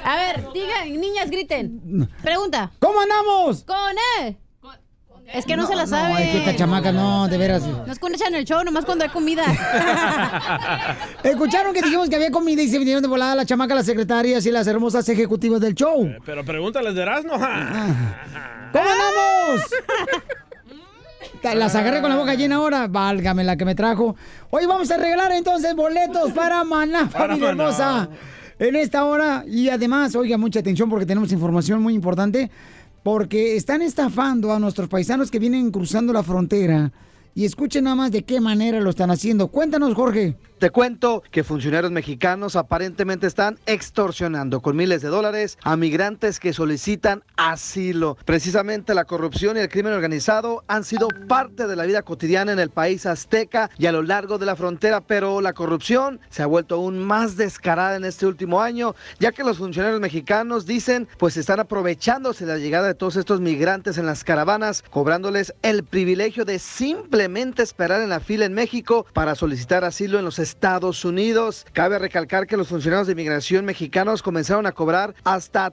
A ver, digan, niñas, griten. Pregunta. ¿Cómo andamos? Con él. Es que no, se la No, sabe. es que esta chamaca, no, de <laughs> veras. No escuchan el show, nomás cuando hay comida. Escucharon que dijimos que había comida y se vinieron de volada la chamaca, las secretarias y las hermosas ejecutivas del show. Pero pregúntales de Erasmo. ¿Cómo <laughs> andamos? Ta- Las agarré con la boca llena ahora. Válgame la que me trajo. Hoy vamos a regalar entonces boletos para Maná, Para familia Maná. hermosa. En esta hora. Y además, oiga, mucha atención porque tenemos información muy importante. Porque están estafando a nuestros paisanos que vienen cruzando la frontera. Y escuchen nada más de qué manera lo están haciendo. Cuéntanos, Jorge. Te cuento que funcionarios mexicanos aparentemente están extorsionando con miles de dólares a migrantes que solicitan asilo. Precisamente la corrupción y el crimen organizado han sido parte de la vida cotidiana en el país azteca y a lo largo de la frontera, pero la corrupción se ha vuelto aún más descarada en este último año, ya que los funcionarios mexicanos dicen pues están aprovechándose de la llegada de todos estos migrantes en las caravanas, cobrándoles el privilegio de simplemente esperar en la fila en México para solicitar asilo en los Estados Unidos. Cabe recalcar que los funcionarios de inmigración mexicanos comenzaron a cobrar hasta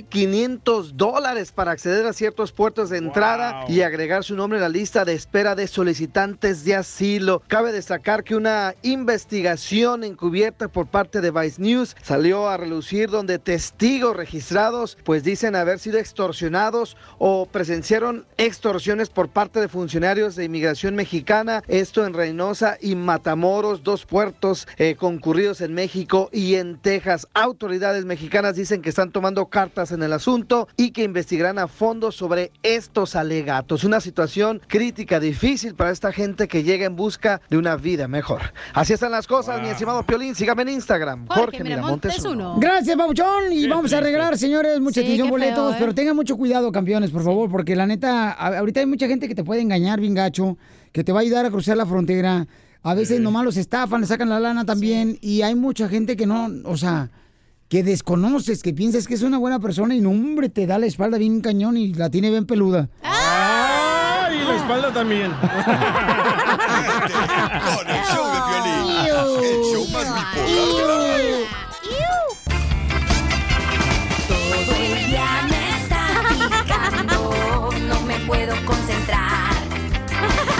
3.500 dólares para acceder a ciertos puertos de entrada y agregar su nombre en la lista de espera de solicitantes de asilo. Cabe destacar que una investigación encubierta por parte de Vice News salió a relucir donde testigos registrados pues dicen haber sido extorsionados o presenciaron extorsiones por parte de funcionarios de inmigración mexicana, esto en Reynosa y Matamoros, dos puertos eh, concurridos en México y en Texas. Autoridades mexicanas dicen que están tomando cartas en el asunto y que investigarán a fondo sobre estos alegatos. Una situación crítica, difícil para esta gente que llega en busca de una vida mejor. Así están las cosas, mi estimado Piolín. Sígame en Instagram, Jorge, Miramontes, uno. Gracias, Pabuchón. Y Qué vamos a triste. regalar, señores, mucha Sí, atención, qué feo, boletos. ¿eh? Pero tengan mucho cuidado, campeones, por favor, porque la neta, a- ahorita hay mucha gente que te puede engañar bien gacho, que te va a ayudar a cruzar la frontera. A veces nomás los estafan, le sacan la lana también. Y hay mucha gente que no, o sea, que desconoces, que piensas que es una buena persona y no, hombre, te da la espalda bien cañón y la tiene bien peluda. Ah. ¡Ay! Y la espalda también. Con el show de Piolín. El show más bipolar de la radio. Todo el día me está picando, no me puedo concentrar.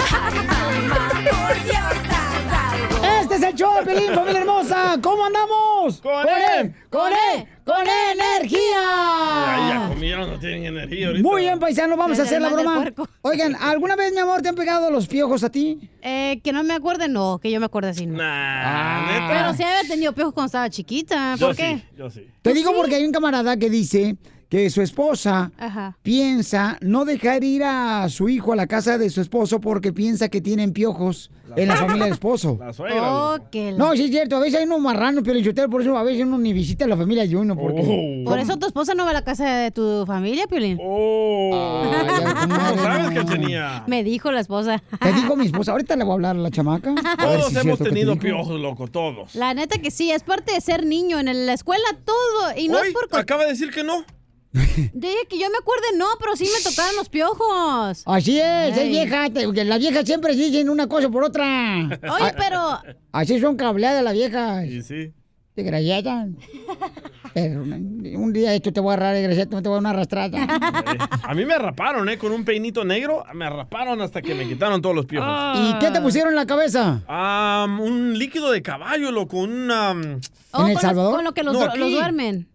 Ay, mamá, por Dios, haz algo. Este es el show, de Pelín, familia hermosa. ¿Cómo andamos? Con E, él, con él, con E, E, Ay, ya energía. comieron, no tienen energía ahorita. Muy bien, paisano, vamos a Desde hacer el la mal del broma. <laughs> Oigan, ¿alguna vez, mi amor, te han pegado los piojos a ti? Eh, que no me acuerde, no, que yo me acuerde así. No. Ah. Ah, neta. Pero sí había tenido piojos cuando estaba chiquita. ¿Por qué? Yo sí. Te digo porque hay un camarada que dice que su esposa Ajá. piensa no dejar ir a su hijo a la casa de su esposo porque piensa que tienen piojos en la familia del esposo. Oh, que la- No, sí es cierto, a veces hay unos marranos, pero yo por eso a veces uno ni visita a la familia de uno. Porque, Por eso tu esposa no va a la casa de tu familia, Piolín. Ah, ¿Sabes qué tenía? <laughs> Me dijo la esposa. Te dijo mi esposa, ahorita le voy a hablar a la chamaca. a ver Todos si es hemos cierto que te tenido dijo. piojos, loco, <laughs> todos. La neta que sí, es parte de ser niño en la escuela todo y no Hoy es por acaba de decir que no. de que yo me acuerde no, pero sí me tocaban los piojos. Así es, es Ey. vieja, te- que las viejas siempre dicen una cosa por otra. Ah, Oye, pero Así son cableadas las viejas. Y sí. <laughs> Desgraciadas. Pero un un día esto te voy a agarrar, desgraciada, no te voy a dar una arrastrada. A mí me raparon, ¿eh? Con un peinito negro, me raparon hasta que me quitaron todos los piojos. Ah. ¿Y qué te pusieron en la cabeza? Ah, un líquido de caballo, loco, una... mm, Oh, con los- con lo que los, No, dro- aquí. los duermen.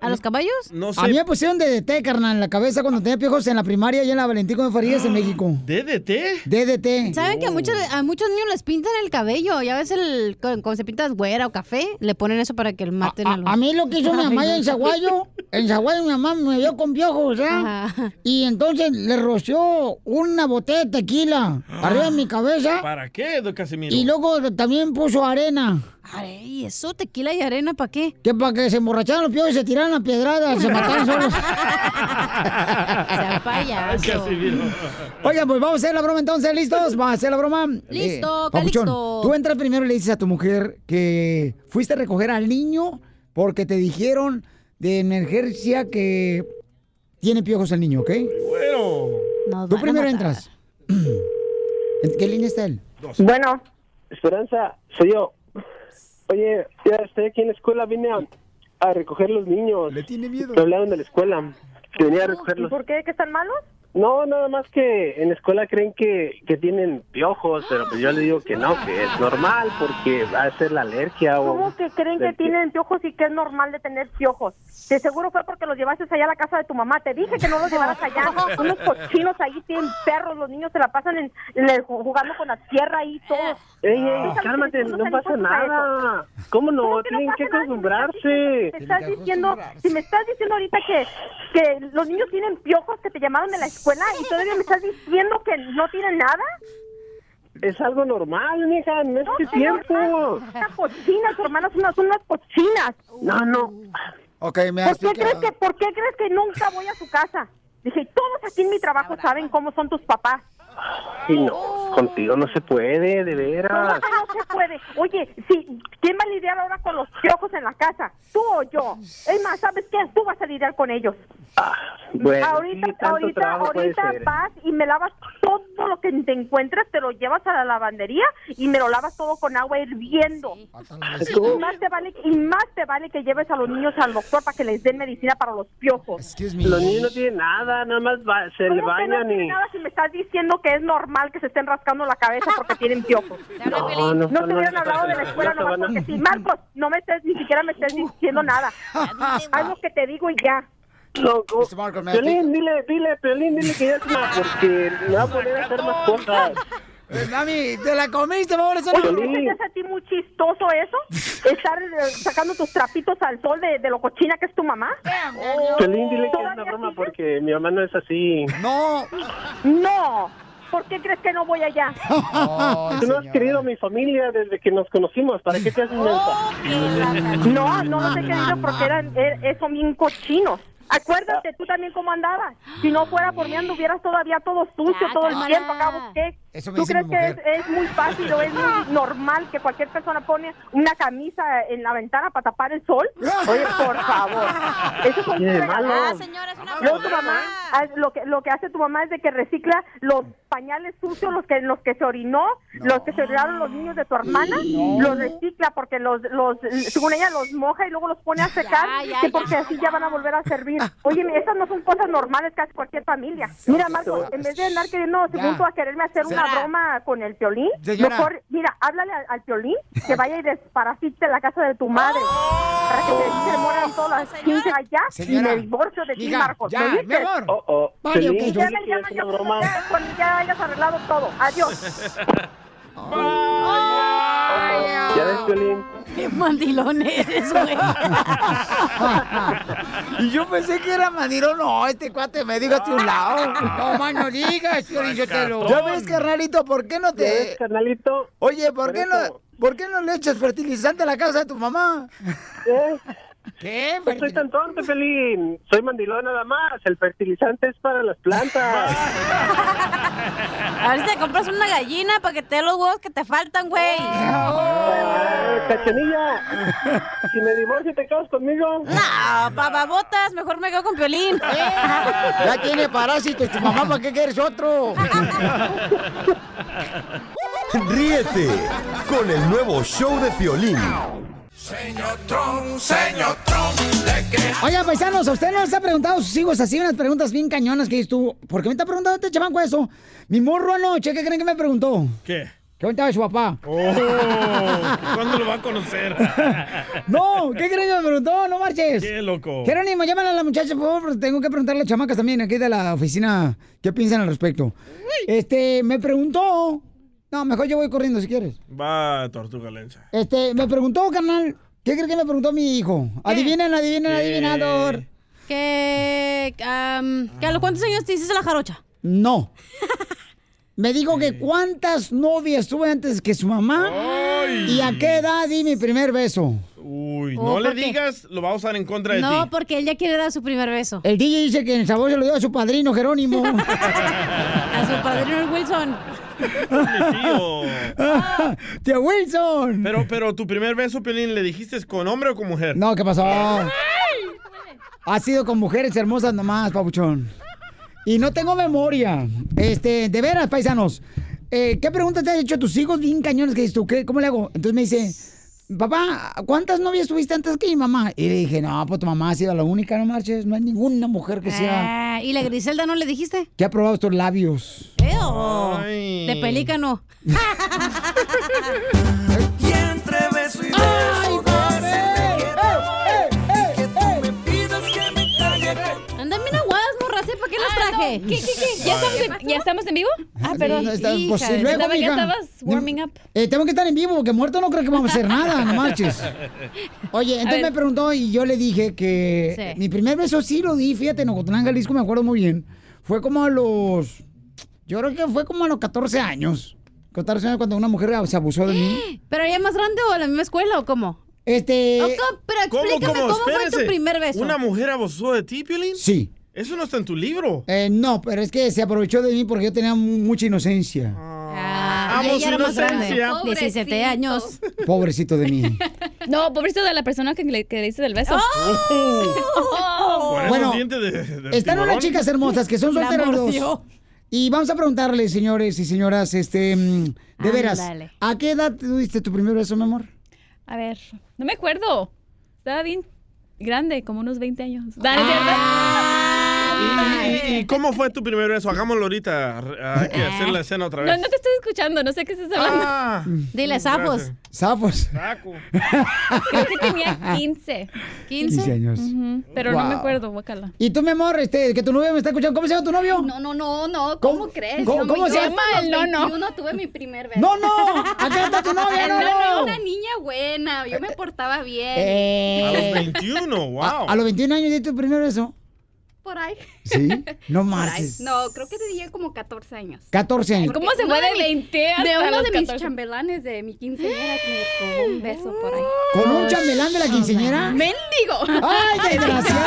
¿A los caballos? No sé. A mí me pusieron DDT, carnal, en la cabeza cuando tenía piojos en la primaria y en la Valentín de Ah, Farías en México. ¿DDT? DDT. ¿Saben que a muchos, a muchos niños les pintan el cabello? Ya ves, el, cu- cuando se pintas güera o café, le ponen eso para que maten a, los... A mí lo que <laughs> hizo mi mamá allá en Zaguayo, en Zaguayo mi mamá me vio con piojos, ¿ya? Y entonces le roció una botella de tequila arriba de mi cabeza Ah, ¿Para qué, don Casimiro? y luego también puso arena. ¿Y eso, tequila y arena, para qué? Que para que se emborracharan los piojos y se tiraran a piedradas, se <laughs> mataran solos. <laughs> Sea payaso. Oigan, pues vamos a hacer la broma entonces, ¿listos? Va a hacer la broma. <laughs> Eh, Listo, Papuchón, Calixto. Tú entras primero y le dices a tu mujer que fuiste a recoger al niño porque te dijeron de emergencia que tiene piojos el niño, ¿ok? Bueno. tú primero entras. <clears throat> ¿En qué línea está él? Bueno. Esperanza, soy yo. Oye, ya estoy aquí en la escuela, vine a, a recoger los niños. Le tiene miedo. Me hablaron de la escuela, que venía a recogerlos. ¿Por qué? ¿Que están malos? No, nada más que en la escuela creen que, que tienen piojos, pero pues yo le digo que no, que es normal porque va a ser la alergia o... ¿Cómo que creen que del- tienen piojos y que es normal de tener piojos? De seguro fue porque los llevaste allá a la casa de tu mamá. Te dije que no los llevaras <laughs> allá. Unos cochinos ahí tienen perros. Los niños se la pasan en, en el- jugando con la tierra ahí todo. Ey, ey, ¿Tú sabes cálmate, que tú no estás pasa dispuesto a eso? nada. ¿Cómo no? ¿Cómo Tienen pasa que nada? acostumbrarse. Si me estás diciendo, si me estás diciendo ahorita que, que los niños tienen piojos que te llamaron de la escuela y todavía me estás diciendo que no tienen nada. Es algo normal, mija, no es que tiempo. Una cochina, tu hermana son unas, son unas cochinas. No, no. Ok, me ¿Por qué, crees que, ¿Por qué crees que nunca voy a su casa? Dije, todos aquí en mi trabajo saben cómo son tus papás. Y no, contigo no se puede, de ¿Cómo veras. que no se puede? Oye, sí, ¿quién va a lidiar ahora con los piojos en la casa? ¿Tú o yo? Es más, ¿sabes qué? Tú vas a lidiar con ellos. Ah, Bueno, ahorita, sí, tanto ahorita, trabajo puede ahorita ser. vas y me lavas todo lo que te encuentres, te lo llevas a la lavandería y me lo lavas todo con agua hirviendo. Ah, Ah, ¿Tú? Y más te vale, y más te vale que lleves a los niños al doctor para que les den medicina para los piojos. Los niños no tienen nada, nada más va- se le ¿Cómo que no bañan tiene y... nada si me estás diciendo que es normal que se estén rascando la cabeza porque tienen piojos? No, no, No te no, hubieran no, hablado de la no, escuela no, nomás no. porque sí. <laughs> Marcos, no me estés, ni siquiera me estés diciendo nada. Haz lo que te digo y ya. Loco. me Piolín, dile, dile, Piolín, dile que ya es más, porque me va a poner a hacer más cosas. Eh, Mami, te la comiste, vamos a Oye, ¿no te hace a ti muy chistoso <laughs> eso? Estar eh, sacando tus trapitos al sol de, de lo cochina que es tu mamá. Piolín, dile que es una broma, porque mi mamá no es así. Oh. No. No. ¿Por qué crees que no voy allá? Tú no has querido a mi familia desde que nos conocimos, ¿para qué te haces mensa? No, no los he querido porque eran, er- son bien cochinos. Acuérdate tú también cómo andabas. Si no fuera por mí anduvieras todavía todo sucio Ya, todo el cálmala. tiempo. Acabo que. Eso me ¿Tú dice crees mi que es, mujer. es muy fácil o es muy normal que cualquier persona pone una camisa en la ventana para tapar el sol? Oye, por favor. Eso son Qué malo. regalos. Luego tu mamá, ah, lo que, lo que hace tu mamá es de que recicla los pañales sucios, los que, los que se orinó, los que se orinaron los niños de tu hermana, los recicla porque los, los, según ella, los moja y luego los pone a secar, ya, que porque así ya van a volver a servir. Oye, mira, esas no son cosas normales que hace cualquier familia. Mira, Marco, en vez de andar queriendo, según tú, a quererme hacer una Señora. broma con el piolín, Señora. mejor, mira, háblale al, al piolín que vaya y desparasite la casa de tu madre. Para que te- se mueran todas las pinches allá y Señora. me divorcio de ti, Mija, Marcos. ya, ¿me mi oíste? amor. Oh, oh. Vale, Piolín, ok. Ya me Piolín, llamas es yo una broma. cuando ya- cuando <laughs> ya hayas arreglado todo. Adiós. Ya ves Piolín. Qué mandilón eres, güey. <laughs> Y yo pensé que era Maniro, no, este cuate me dijo hacia un lado. No, man, no digas, Piolín, yo te lo... Ya ves, carnalito, ¿por qué no te...? ¿Ya ves, carnalito? Oye, ¿por qué no...? ¿Por qué no le echas fertilizante a la casa de tu mamá? ¿Eh? ¿Qué? No soy tan tonto, Pelín. Soy mandilón nada más. El fertilizante es para las plantas. A ver si te compras una gallina para que te dé los huevos que te faltan, güey. Ah. Eh, Cachanilla, si me divorcio, ¿te casas conmigo? No, babotas, mejor me quedo con Piolín. <laughs> Ya tiene parásitos tu mamá, ¿para qué quieres otro? Ríete con el nuevo show de Piolín. Señor Trump, señor Trump, Oiga, paisanos, ¿a usted no les ha preguntado a sus hijos así unas preguntas bien cañonas que dices tú? ¿Por qué me está preguntando este chamanco eso? Mi morro anoche, ¿qué creen que me preguntó? ¿Qué? ¿Qué contaba su papá? Oh, ¿Cuándo lo va a conocer? No, ¿qué creen que me preguntó? No marches. Qué loco. Jerónimo, llámale a la muchacha, por favor. Tengo que preguntarle a las chamacas también aquí de la oficina qué piensan al respecto. Este, me preguntó. No, mejor yo voy corriendo si quieres. Va, tortuga lencha. Este, me preguntó, carnal. ¿Qué crees que me preguntó mi hijo? Adivinen, adivinen, ¿Qué? adivinador. Que, am, que a los cuántos años te hiciste la jarocha. <laughs> No. Me dijo que cuántas novias tuve antes que su mamá y a qué edad di mi primer beso. Uy, Oh, no le ¿por qué? digas, lo va a usar en contra de No, ti. porque él ya quiere dar su primer beso. El DJ dice que en sabor se lo dio a su padrino <laughs> Jerónimo. A su <laughs> padrino el Wilson. <laughs> ¡Tío Wilson! Pero, pero tu primer beso, Piolín, ¿le dijiste con hombre o con mujer? No, ¿qué pasó? Ha sido con mujeres hermosas nomás, papuchón. Y no tengo memoria. Este, de veras, paisanos. Eh, ¿Qué preguntas te han hecho tus hijos bien cañones que dices tú? ¿Qué, ¿Cómo le hago? Entonces me dice, papá, ¿cuántas novias tuviste antes que mi mamá? Y le dije, no, pues tu mamá ha sido la única, no marches. No hay ninguna mujer que sea... Ah, ¿Y la Griselda no le dijiste? que ha probado estos labios. Eo. De pelícano. <laughs> Y entre beso y beso Andan bien aguadas, morras, ¿eh? ¿Para qué las traje? ¿Qué, qué, qué? ¿Ya estamos, en, ¿Ya estamos en vivo? Ah, perdón. No está- pues, sí, Hija, luego, estaba- ya mija. estabas warming up. Eh, tengo que estar en vivo porque muerto no creo que vamos a hacer nada, no marches. Oye, entonces me preguntó y yo le dije que Sí. mi primer beso sí lo di, fíjate, en Ocotlán, Jalisco, me acuerdo muy bien. Fue como a los. Yo creo que fue como a los 14 años. 14 años cuando una mujer se abusó de mí. ¿Pero ella más grande o en la misma escuela o cómo? Este. ¿Cómo? Pero explícame cómo, fue Espérese. tu primer beso. ¿Una mujer abusó de ti, Piolín? Sí. Eso no está en tu libro. Eh, no, pero es que se aprovechó de mí porque yo tenía mu- mucha inocencia. Ah, Amo su inocencia. Pobrecito. 17 años. Pobrecito de <laughs> mí. No, pobrecito de la persona que le, que le hice del beso. ¡Oh! Por esos Bueno, dientes de- de Están tiburón. unas chicas hermosas que son La solteras los dos. mordió. Y vamos a preguntarle, señores y señoras, este, mm, de veras, Ándale. ¿a qué edad tuviste tu primer beso, mi amor? <laughs> A ver, no me acuerdo. Estaba bien grande, como unos 20 años. Ah, No, no es ¿Y, y- y cómo fue tu primer beso? Hagámoslo ahorita. re- Hay Ah. que hacer la escena otra cierto. No, vez. no te estoy escuchando, no sé qué estás hablando. Dile, sapos. Sapos. Creo que tenía 15. 15 años. Ujú, Pero no me Wow. acuerdo, guacala. <laughs> Y tú, mi amor, este, que tu novio me está escuchando, ¿cómo se llama tu novio? No, no, no, no. ¿Cómo, crees? ¿Cómo- Yo- cómo yo se hasta llama los el nono? 21 tuve mi primer beso. No, no, acá está tu <laughs> novia, no, Era no. una niña buena, yo me portaba bien. Eh, A los <laughs> 21, wow. A, a los 21 años diste tu primer beso. Por ahí. Sí, <laughs> no Por ahí. marches. No, creo que tenía como 14 años. 14 años. Porque ¿Cómo se uno fue de mi- 20 De hasta uno los de mis 14? chambelanes de mi quinceañera que me tomó un beso por ahí. ¿Con un chambelán de la quinceañera? ¡Mendigo! ¡Ay, desgraciado!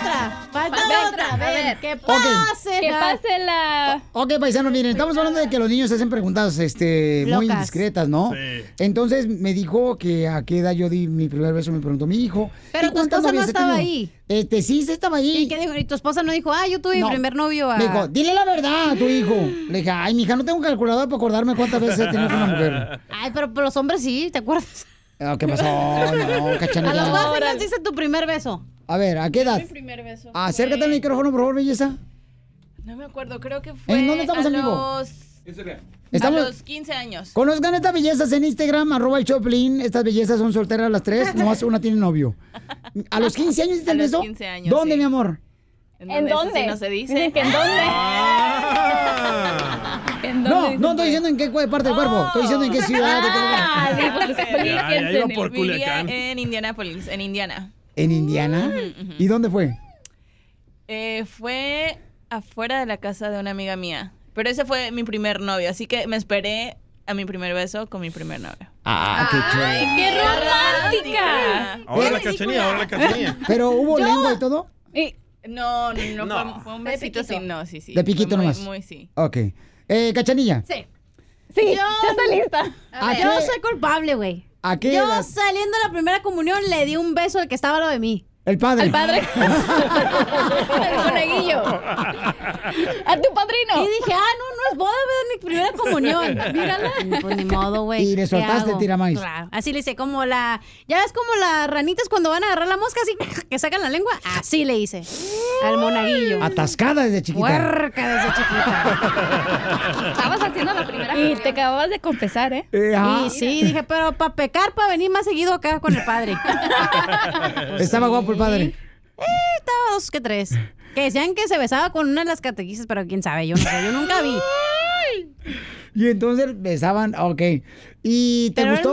otra. Falta Falta otra. otra, A a ver, ver. que Ok. pase. Que pase la... Ok, paisanos, miren, estamos hablando de que los niños hacen preguntas este, muy Locas. indiscretas, ¿no? Entonces me dijo que a qué edad yo di mi primer beso, me preguntó mi hijo. Pero ¿y tu cuántas esposa no novias he estaba tenido? ahí. Este, sí, sí estaba ahí. ¿Y qué dijo? ¿Y tu esposa no dijo, ah, yo tuve No. mi primer novio a... Me dijo, dile la verdad a tu hijo. Le dije, ay, mija, no tengo un calculador para acordarme cuántas veces he tenido con una mujer. Ay, pero, pero los hombres sí, ¿te acuerdas? Ah, ¿Qué pasó? No, <laughs> A los cachanilla. cuatro años diste tu primer beso. A ver, ¿a qué edad? primer beso. Acércate al micrófono, por favor, belleza. No me acuerdo, creo que fue dónde estamos a en vivo? los... Estamos- A los 15 años. Conozcan estas bellezas en Instagram, arroba el Choplin. Estas bellezas son solteras las tres, nomás una tiene novio. ¿A los 15 años hiciste A el los beso? 15 años, ¿Dónde, sí. mi amor? ¿En Eso dónde? sí no se dice. Dicen que en dónde. ¿En dónde? no, no estoy diciendo en qué cu- parte del cuerpo. Estoy diciendo en qué ciudad. de qué <laughs> Ah, lugar. sí, pues Ya, ya iba explíquense. por Vivía eh. Culiacán. en Indianápolis, en Indiana. ¿En Indiana? ¿Y dónde fue? Eh, fue afuera de la casa de una amiga mía. Pero ese fue mi primer novio, así que me esperé a mi primer beso con mi primer novio. Ah, qué chévere. ¡Qué romántica! Ahora la cachanilla, ahora la cachanilla. <laughs> Pero hubo lengua y todo. No, no, no, fue, fue un besito así, no, sí, sí. De piquito Fue muy- nomás. Muy, sí. Ok. Eh, Cachanilla. Sí. Sí, ya está lista. ¿A qué- Yo soy culpable, güey. ¿A qué Yo edad? saliendo de la primera comunión le di un beso al que estaba al lado de mí. El padre. Al padre. El monaguillo. A tu padrino. Y dije, ah, no, no es boda, es mi primera comunión. Mírala. Y Pues ni modo, güey. Y le ¿qué soltaste hago? tiramaíz. Claro. Así le hice, como la. Ya ves como las ranitas cuando van a agarrar la mosca, así <laughs> que sacan la lengua. Así le hice. Al monaguillo. Atascada desde chiquita. Puerca desde chiquita. Estabas haciendo la primera. Y te acababas de confesar, ¿eh? Y sí, dije, pero para pecar, para venir más seguido acá con <laughs> el padre. Estaba guapo el padre. Eh, estaba dos que tres. Que decían que se besaba con una de las catequistas, pero quién sabe, yo, no sé, yo nunca vi. Y entonces besaban, ah, ok. ¿Y te Pero era el gustó?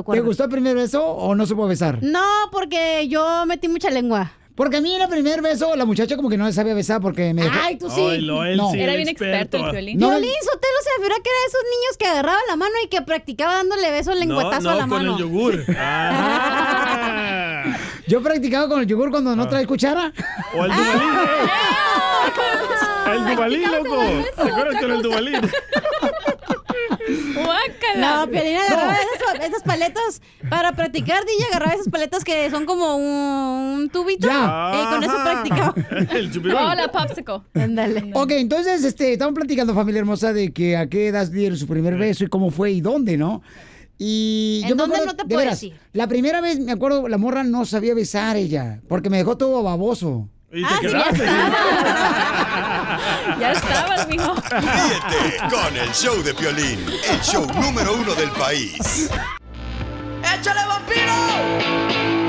¿Te acuérdate. Mm. gustó el primer beso o no se puede besar? No, porque yo metí mucha lengua. Porque a mí era el primer beso, la muchacha como que no sabía besar porque me dejó... Ay, tú sí. Ay, lo- él sí era bien experto, el Piolín. No, Piolín Sotelo se afirmó que era de esos niños que agarraba la mano y que practicaba dándole besos lengüetazo a la con mano. <laughs> el yogur. Ah. yo practicaba con el yogur cuando no trae cuchara. O el Ah, <laughs> Dubalín. El Dubalín, loco. ¿Te acuerdas con el Dubalín? No, Piolín agarraba esas, esas paletas para practicar. DJ agarraba esas paletas que son como un, un tubito. Ya. Y con eso practicaba. El Hola, popsicle. <laughs> Ándale. <laughs> Ok, entonces este, estamos platicando, familia hermosa, de que a qué edad dieron su primer beso y cómo fue y dónde, ¿no? Y ¿En yo me dónde acuerdo, no te de puedo veras, decir? La primera vez, me acuerdo, la morra no sabía besar ella, porque me dejó todo baboso. Ah, Y te quedaste. Ya estabas, mijo. Ríete con el show de Piolín, el show número uno del país. ¡Échale vampiro!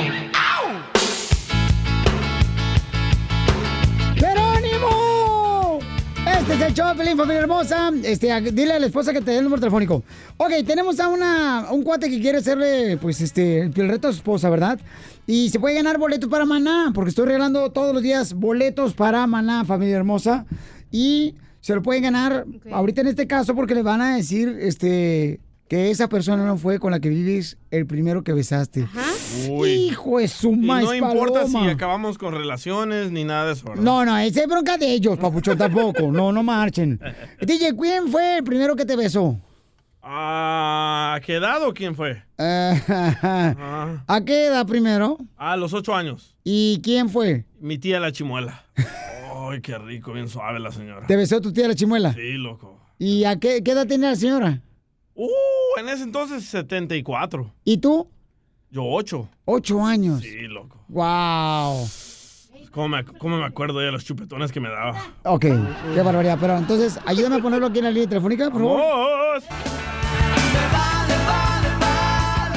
¡Jerónimo! Este es el show, de Pelín, familia hermosa. Este, a- dile a la esposa que te dé el número telefónico. Ok, tenemos a una, un cuate que quiere hacerle, pues, este, el el reto a su esposa, ¿verdad? Y se puede ganar boletos para Maná, porque estoy regalando todos los días boletos para Maná, familia hermosa. Y se lo puede ganar ahorita en este caso porque le van a decir, este, que esa persona no fue con la que vives el primero que besaste. Hijo de su Y maíz no importa si paloma. acabamos con relaciones ni nada de eso, ¿verdad? No, no, esa es bronca de ellos, papuchón, tampoco. No, no <laughs> marchen. DJ, ¿quién fue el primero que te besó? Ah, ¿A qué edad o quién fue? Eh, <laughs> ¿A qué edad primero? Ah, a los ocho años. ¿Y quién fue? Mi tía <laughs> la chimuela. Ay, qué rico, bien suave la señora. ¿Te besó tu tía la chimuela? Sí, loco. ¿Y a qué, qué edad tenía la señora? Uh, en ese entonces 74. ¿Y tú? Yo 8. Ocho años. Sí, loco. Wow. ¿Cómo me, ac- cómo me acuerdo ya de los chupetones que me daba? Ok, qué barbaridad. Pero entonces, ayúdame a ponerlo aquí en la línea telefónica, por favor. ¡Vamos!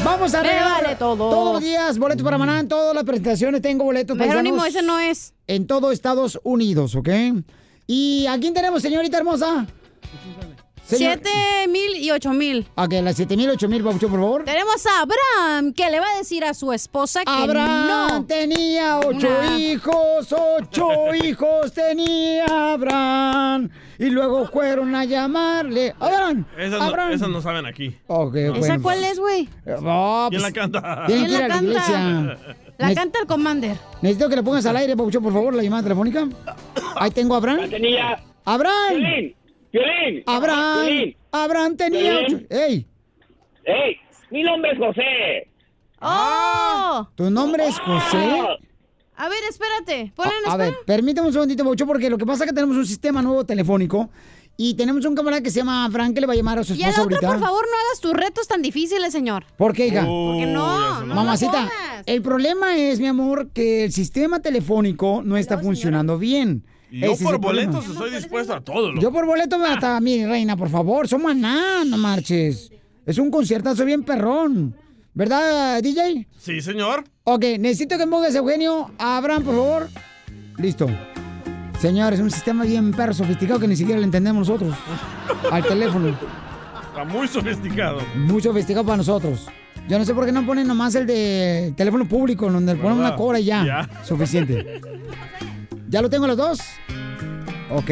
Vamos a Me regalar vale todo. todos los días boletos para Maná. En todas las presentaciones tengo boletos para Jerónimo, ese no es. En todo Estados Unidos, ¿ok? ¿Y a quién tenemos, señorita hermosa? Señor- Siete mil y ocho mil. Ok, las 7000, 8000, babuchón, por favor. Tenemos a Abraham, que le va a decir a su esposa que Abraham no. tenía ocho Una. hijos, <laughs> ocho hijos tenía Abraham. Y luego fueron a llamarle. Abraham, Esas no, Abraham. esas no saben aquí. Ok, bueno, pues. güey? No, ¿Quién la pues, canta? <laughs> Tienen que ir ¿Quién a la la canta? iglesia. La Ne- canta el commander. Necesito que le pongas al aire, Pabuchón, por favor, la llamada telefónica. Ahí tengo a Abraham. ¡Abraham! Piolín, Piolín. ¡Abraham! Piolín. ¡Abraham tenía Piolín. ocho- ¡Ey! ¡Ey! Mi nombre es José. ¡Oh! Ah, ¿Tu nombre es José? A ver, espérate. Ponle Ah. en A espera. ver, permítame un segundito, Bocho, porque lo que pasa es que tenemos un sistema nuevo telefónico y tenemos un camarada que se llama Frank que le va a llamar a su Y a la esposa otra, ahorita. por favor, no hagas tus retos tan difíciles, señor. ¿Por qué, hija? Porque no, no Mamacita, lo pongas. el problema es, mi amor, que el sistema telefónico no está funcionando bien. Yo Ese es por el problema. boletos Ah. estoy dispuesto a todo, loco. Yo por boleto me hasta, mi reina, por favor, somos nada, no marches. Es un conciertazo bien perrón. ¿Verdad, DJ? Sí, señor. Ok, necesito que me pongas Eugenio a Abraham, por favor. Listo. Señores, un sistema bien perro sofisticado que ni siquiera le entendemos nosotros. <laughs> Al teléfono. Está muy sofisticado. Muy sofisticado para nosotros. Yo no sé por qué no ponen nomás el de teléfono público, donde le ponen ¿Verdad? una cobra y ya. <laughs> Ya. Suficiente. ¿Ya lo tengo los dos? Ok.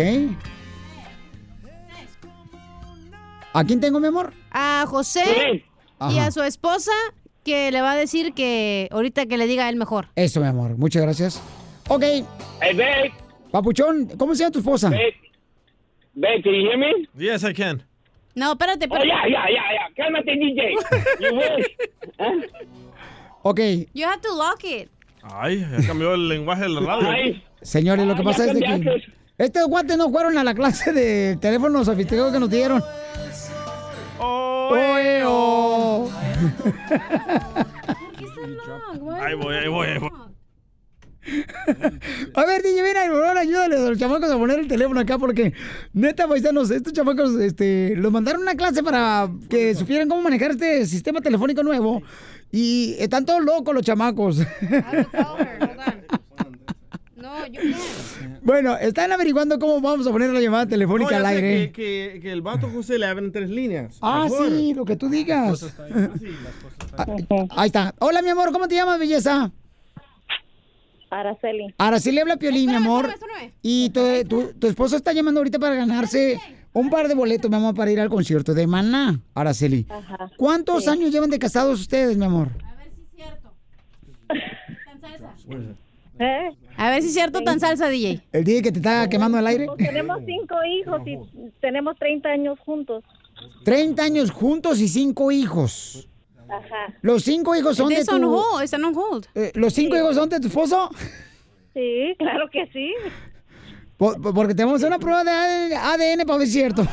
¿A quién tengo, mi amor? A José y Ajá. a su esposa que le va a decir que ahorita que le diga él mejor. Eso, mi amor. Muchas gracias. Ok. Papuchón, ¿cómo se llama tu esposa? Babe, can you hear me? Yes, I can. No, espérate, Oh, espérate. yeah, yeah, yeah, yeah. Cálmate, DJ. You ¿eh? wish. Ok. You have to lock it. Ay, ya cambió el lenguaje del radio. Ay. Señores, lo que Ah, pasa ya es de que cambiaste. estos guantes no fueron a la clase de teléfonos sofisticados que nos dieron. Oe, o. Ahí voy, ahí voy, ahí voy. A ver, DJ, mira, por favor, ayúdale a los chamacos a poner el teléfono acá porque, neta, paisanos, estos chamacos este, los mandaron a una clase para que supieran cómo manejar este sistema telefónico nuevo y están todos locos los chamacos. No, yo bueno, están averiguando cómo vamos a poner la llamada No, telefónica ya al sé aire. Que, que, que el vato José le abren tres líneas. Ah, Mejor. Pues sí, lo que tú digas. Las cosas Ah, Ahí está. Hola, mi amor, ¿cómo te llamas, belleza? Araceli. Araceli habla Piolín, mi amor. Y tu, tu- tu esposo está llamando ahorita para ganarse un par de boletos, mi amor, para ir al concierto de Maná, Araceli. Ajá. ¿Cuántos Sí. años llevan de casados ustedes, mi amor? A ver si es cierto tan salsa, DJ. El día que te está quemando el aire. Tenemos cinco hijos y tenemos 30 años juntos. 30 años juntos y cinco hijos. Ajá. Los cinco hijos son de They're tu... Eh, on hold, están on hold. ¿Los cinco hijos son de tu esposo? Sí, claro que sí. Por- por- porque tenemos una prueba de ADN para ver si es cierto.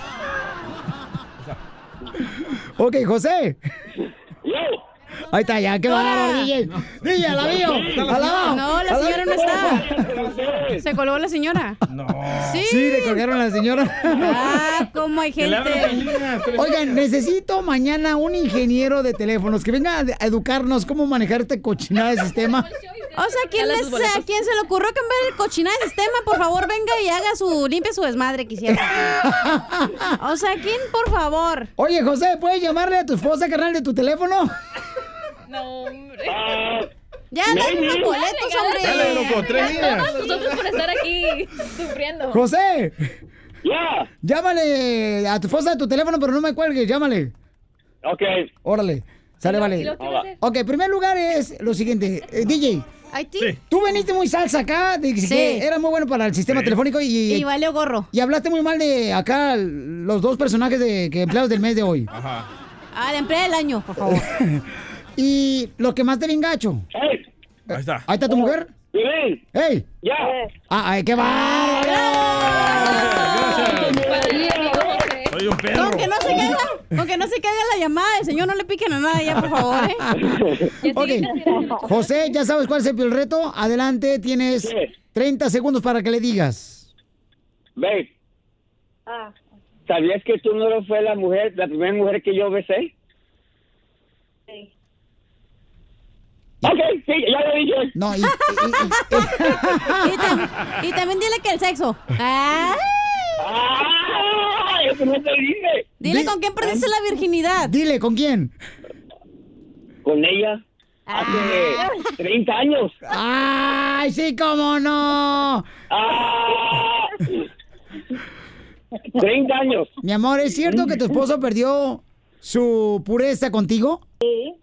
ok, José. Ahí está, ya, qué Ah. bárbaro, DJ. DJ, a la vio. A la vio. No, la A la señora no vio. está. Se colgó la señora. Sí. le colgaron a la señora. Ah, cómo hay Que le abran gente. Oigan, necesito mañana un ingeniero de teléfonos que venga a a educarnos cómo manejar este cochinada de sistema. O sea, ¿quién, Dale les, sus boletos. ¿a quién se le ocurrió cambiar el cochinada de sistema? Por favor, venga y haga su, limpie su desmadre que <laughs> hicieron. O sea, ¿quién, por favor? Oye, José, ¿puedes llamarle a tu esposa, carnal, de tu teléfono? No, hombre. Ya, dale unos Ah, Maybe. boletos, hombre. Dale, loco, tres días. Nosotros por estar aquí sufriendo. José. Llámale a tu esposa de tu teléfono, pero no me cuelgues, llámale. Ok. Órale. Sale, ¿Y lo- vale. y lo que iba a hacer? Ok, primer lugar es lo siguiente. eh, DJ, tú veniste muy salsa acá, de que Sí. que era muy bueno para el sistema telefónico y... Y valió gorro. Y hablaste muy mal de acá los dos personajes de que empleados del mes de hoy. Ah, la emplea del año, por favor. <laughs> y lo que más te vingacho. Ahí está. Eh, Ahí está tu mujer. ¡Ey! ¡Ya! ¡Ah, ay, qué bárbaro! Soy un perro. Con que no se caiga, con que no se caiga la llamada, el señor no le piquen a nada ya, por favor, ¿eh? <laughs> Ok, José, ya sabes cuál es el reto. Adelante, tienes 30 segundos para que le digas. Babe. ¿Sabías que tú no fue la mujer, la primera mujer que yo besé? Sí. Ok, sí, ya lo dije. No, y, <laughs> Y, tam- y también dile que el sexo. Ah. Dile Di- con quién perdiste la virginidad. Dile, ¿con quién? Con ella. Hace 30 años. ¡Ay, sí, cómo no! Ah. 30 años. Mi amor, ¿es cierto que tu esposo perdió su pureza contigo? Sí.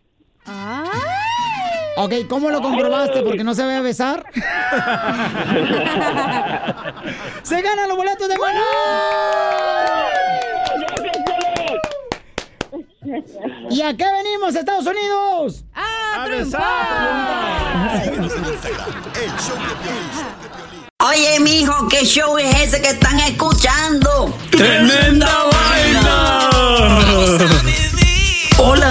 <laughs> Ok, ¿cómo lo comprobaste? Porque no se ve besar. ¡Se ganan los boletos de mano! ¿Y a qué venimos, Estados Unidos? ¡A Síguenos en Instagram, el show de Piolín. Oye, mijo, ¿qué show es ese que están escuchando? ¡Tremenda vaina! Hola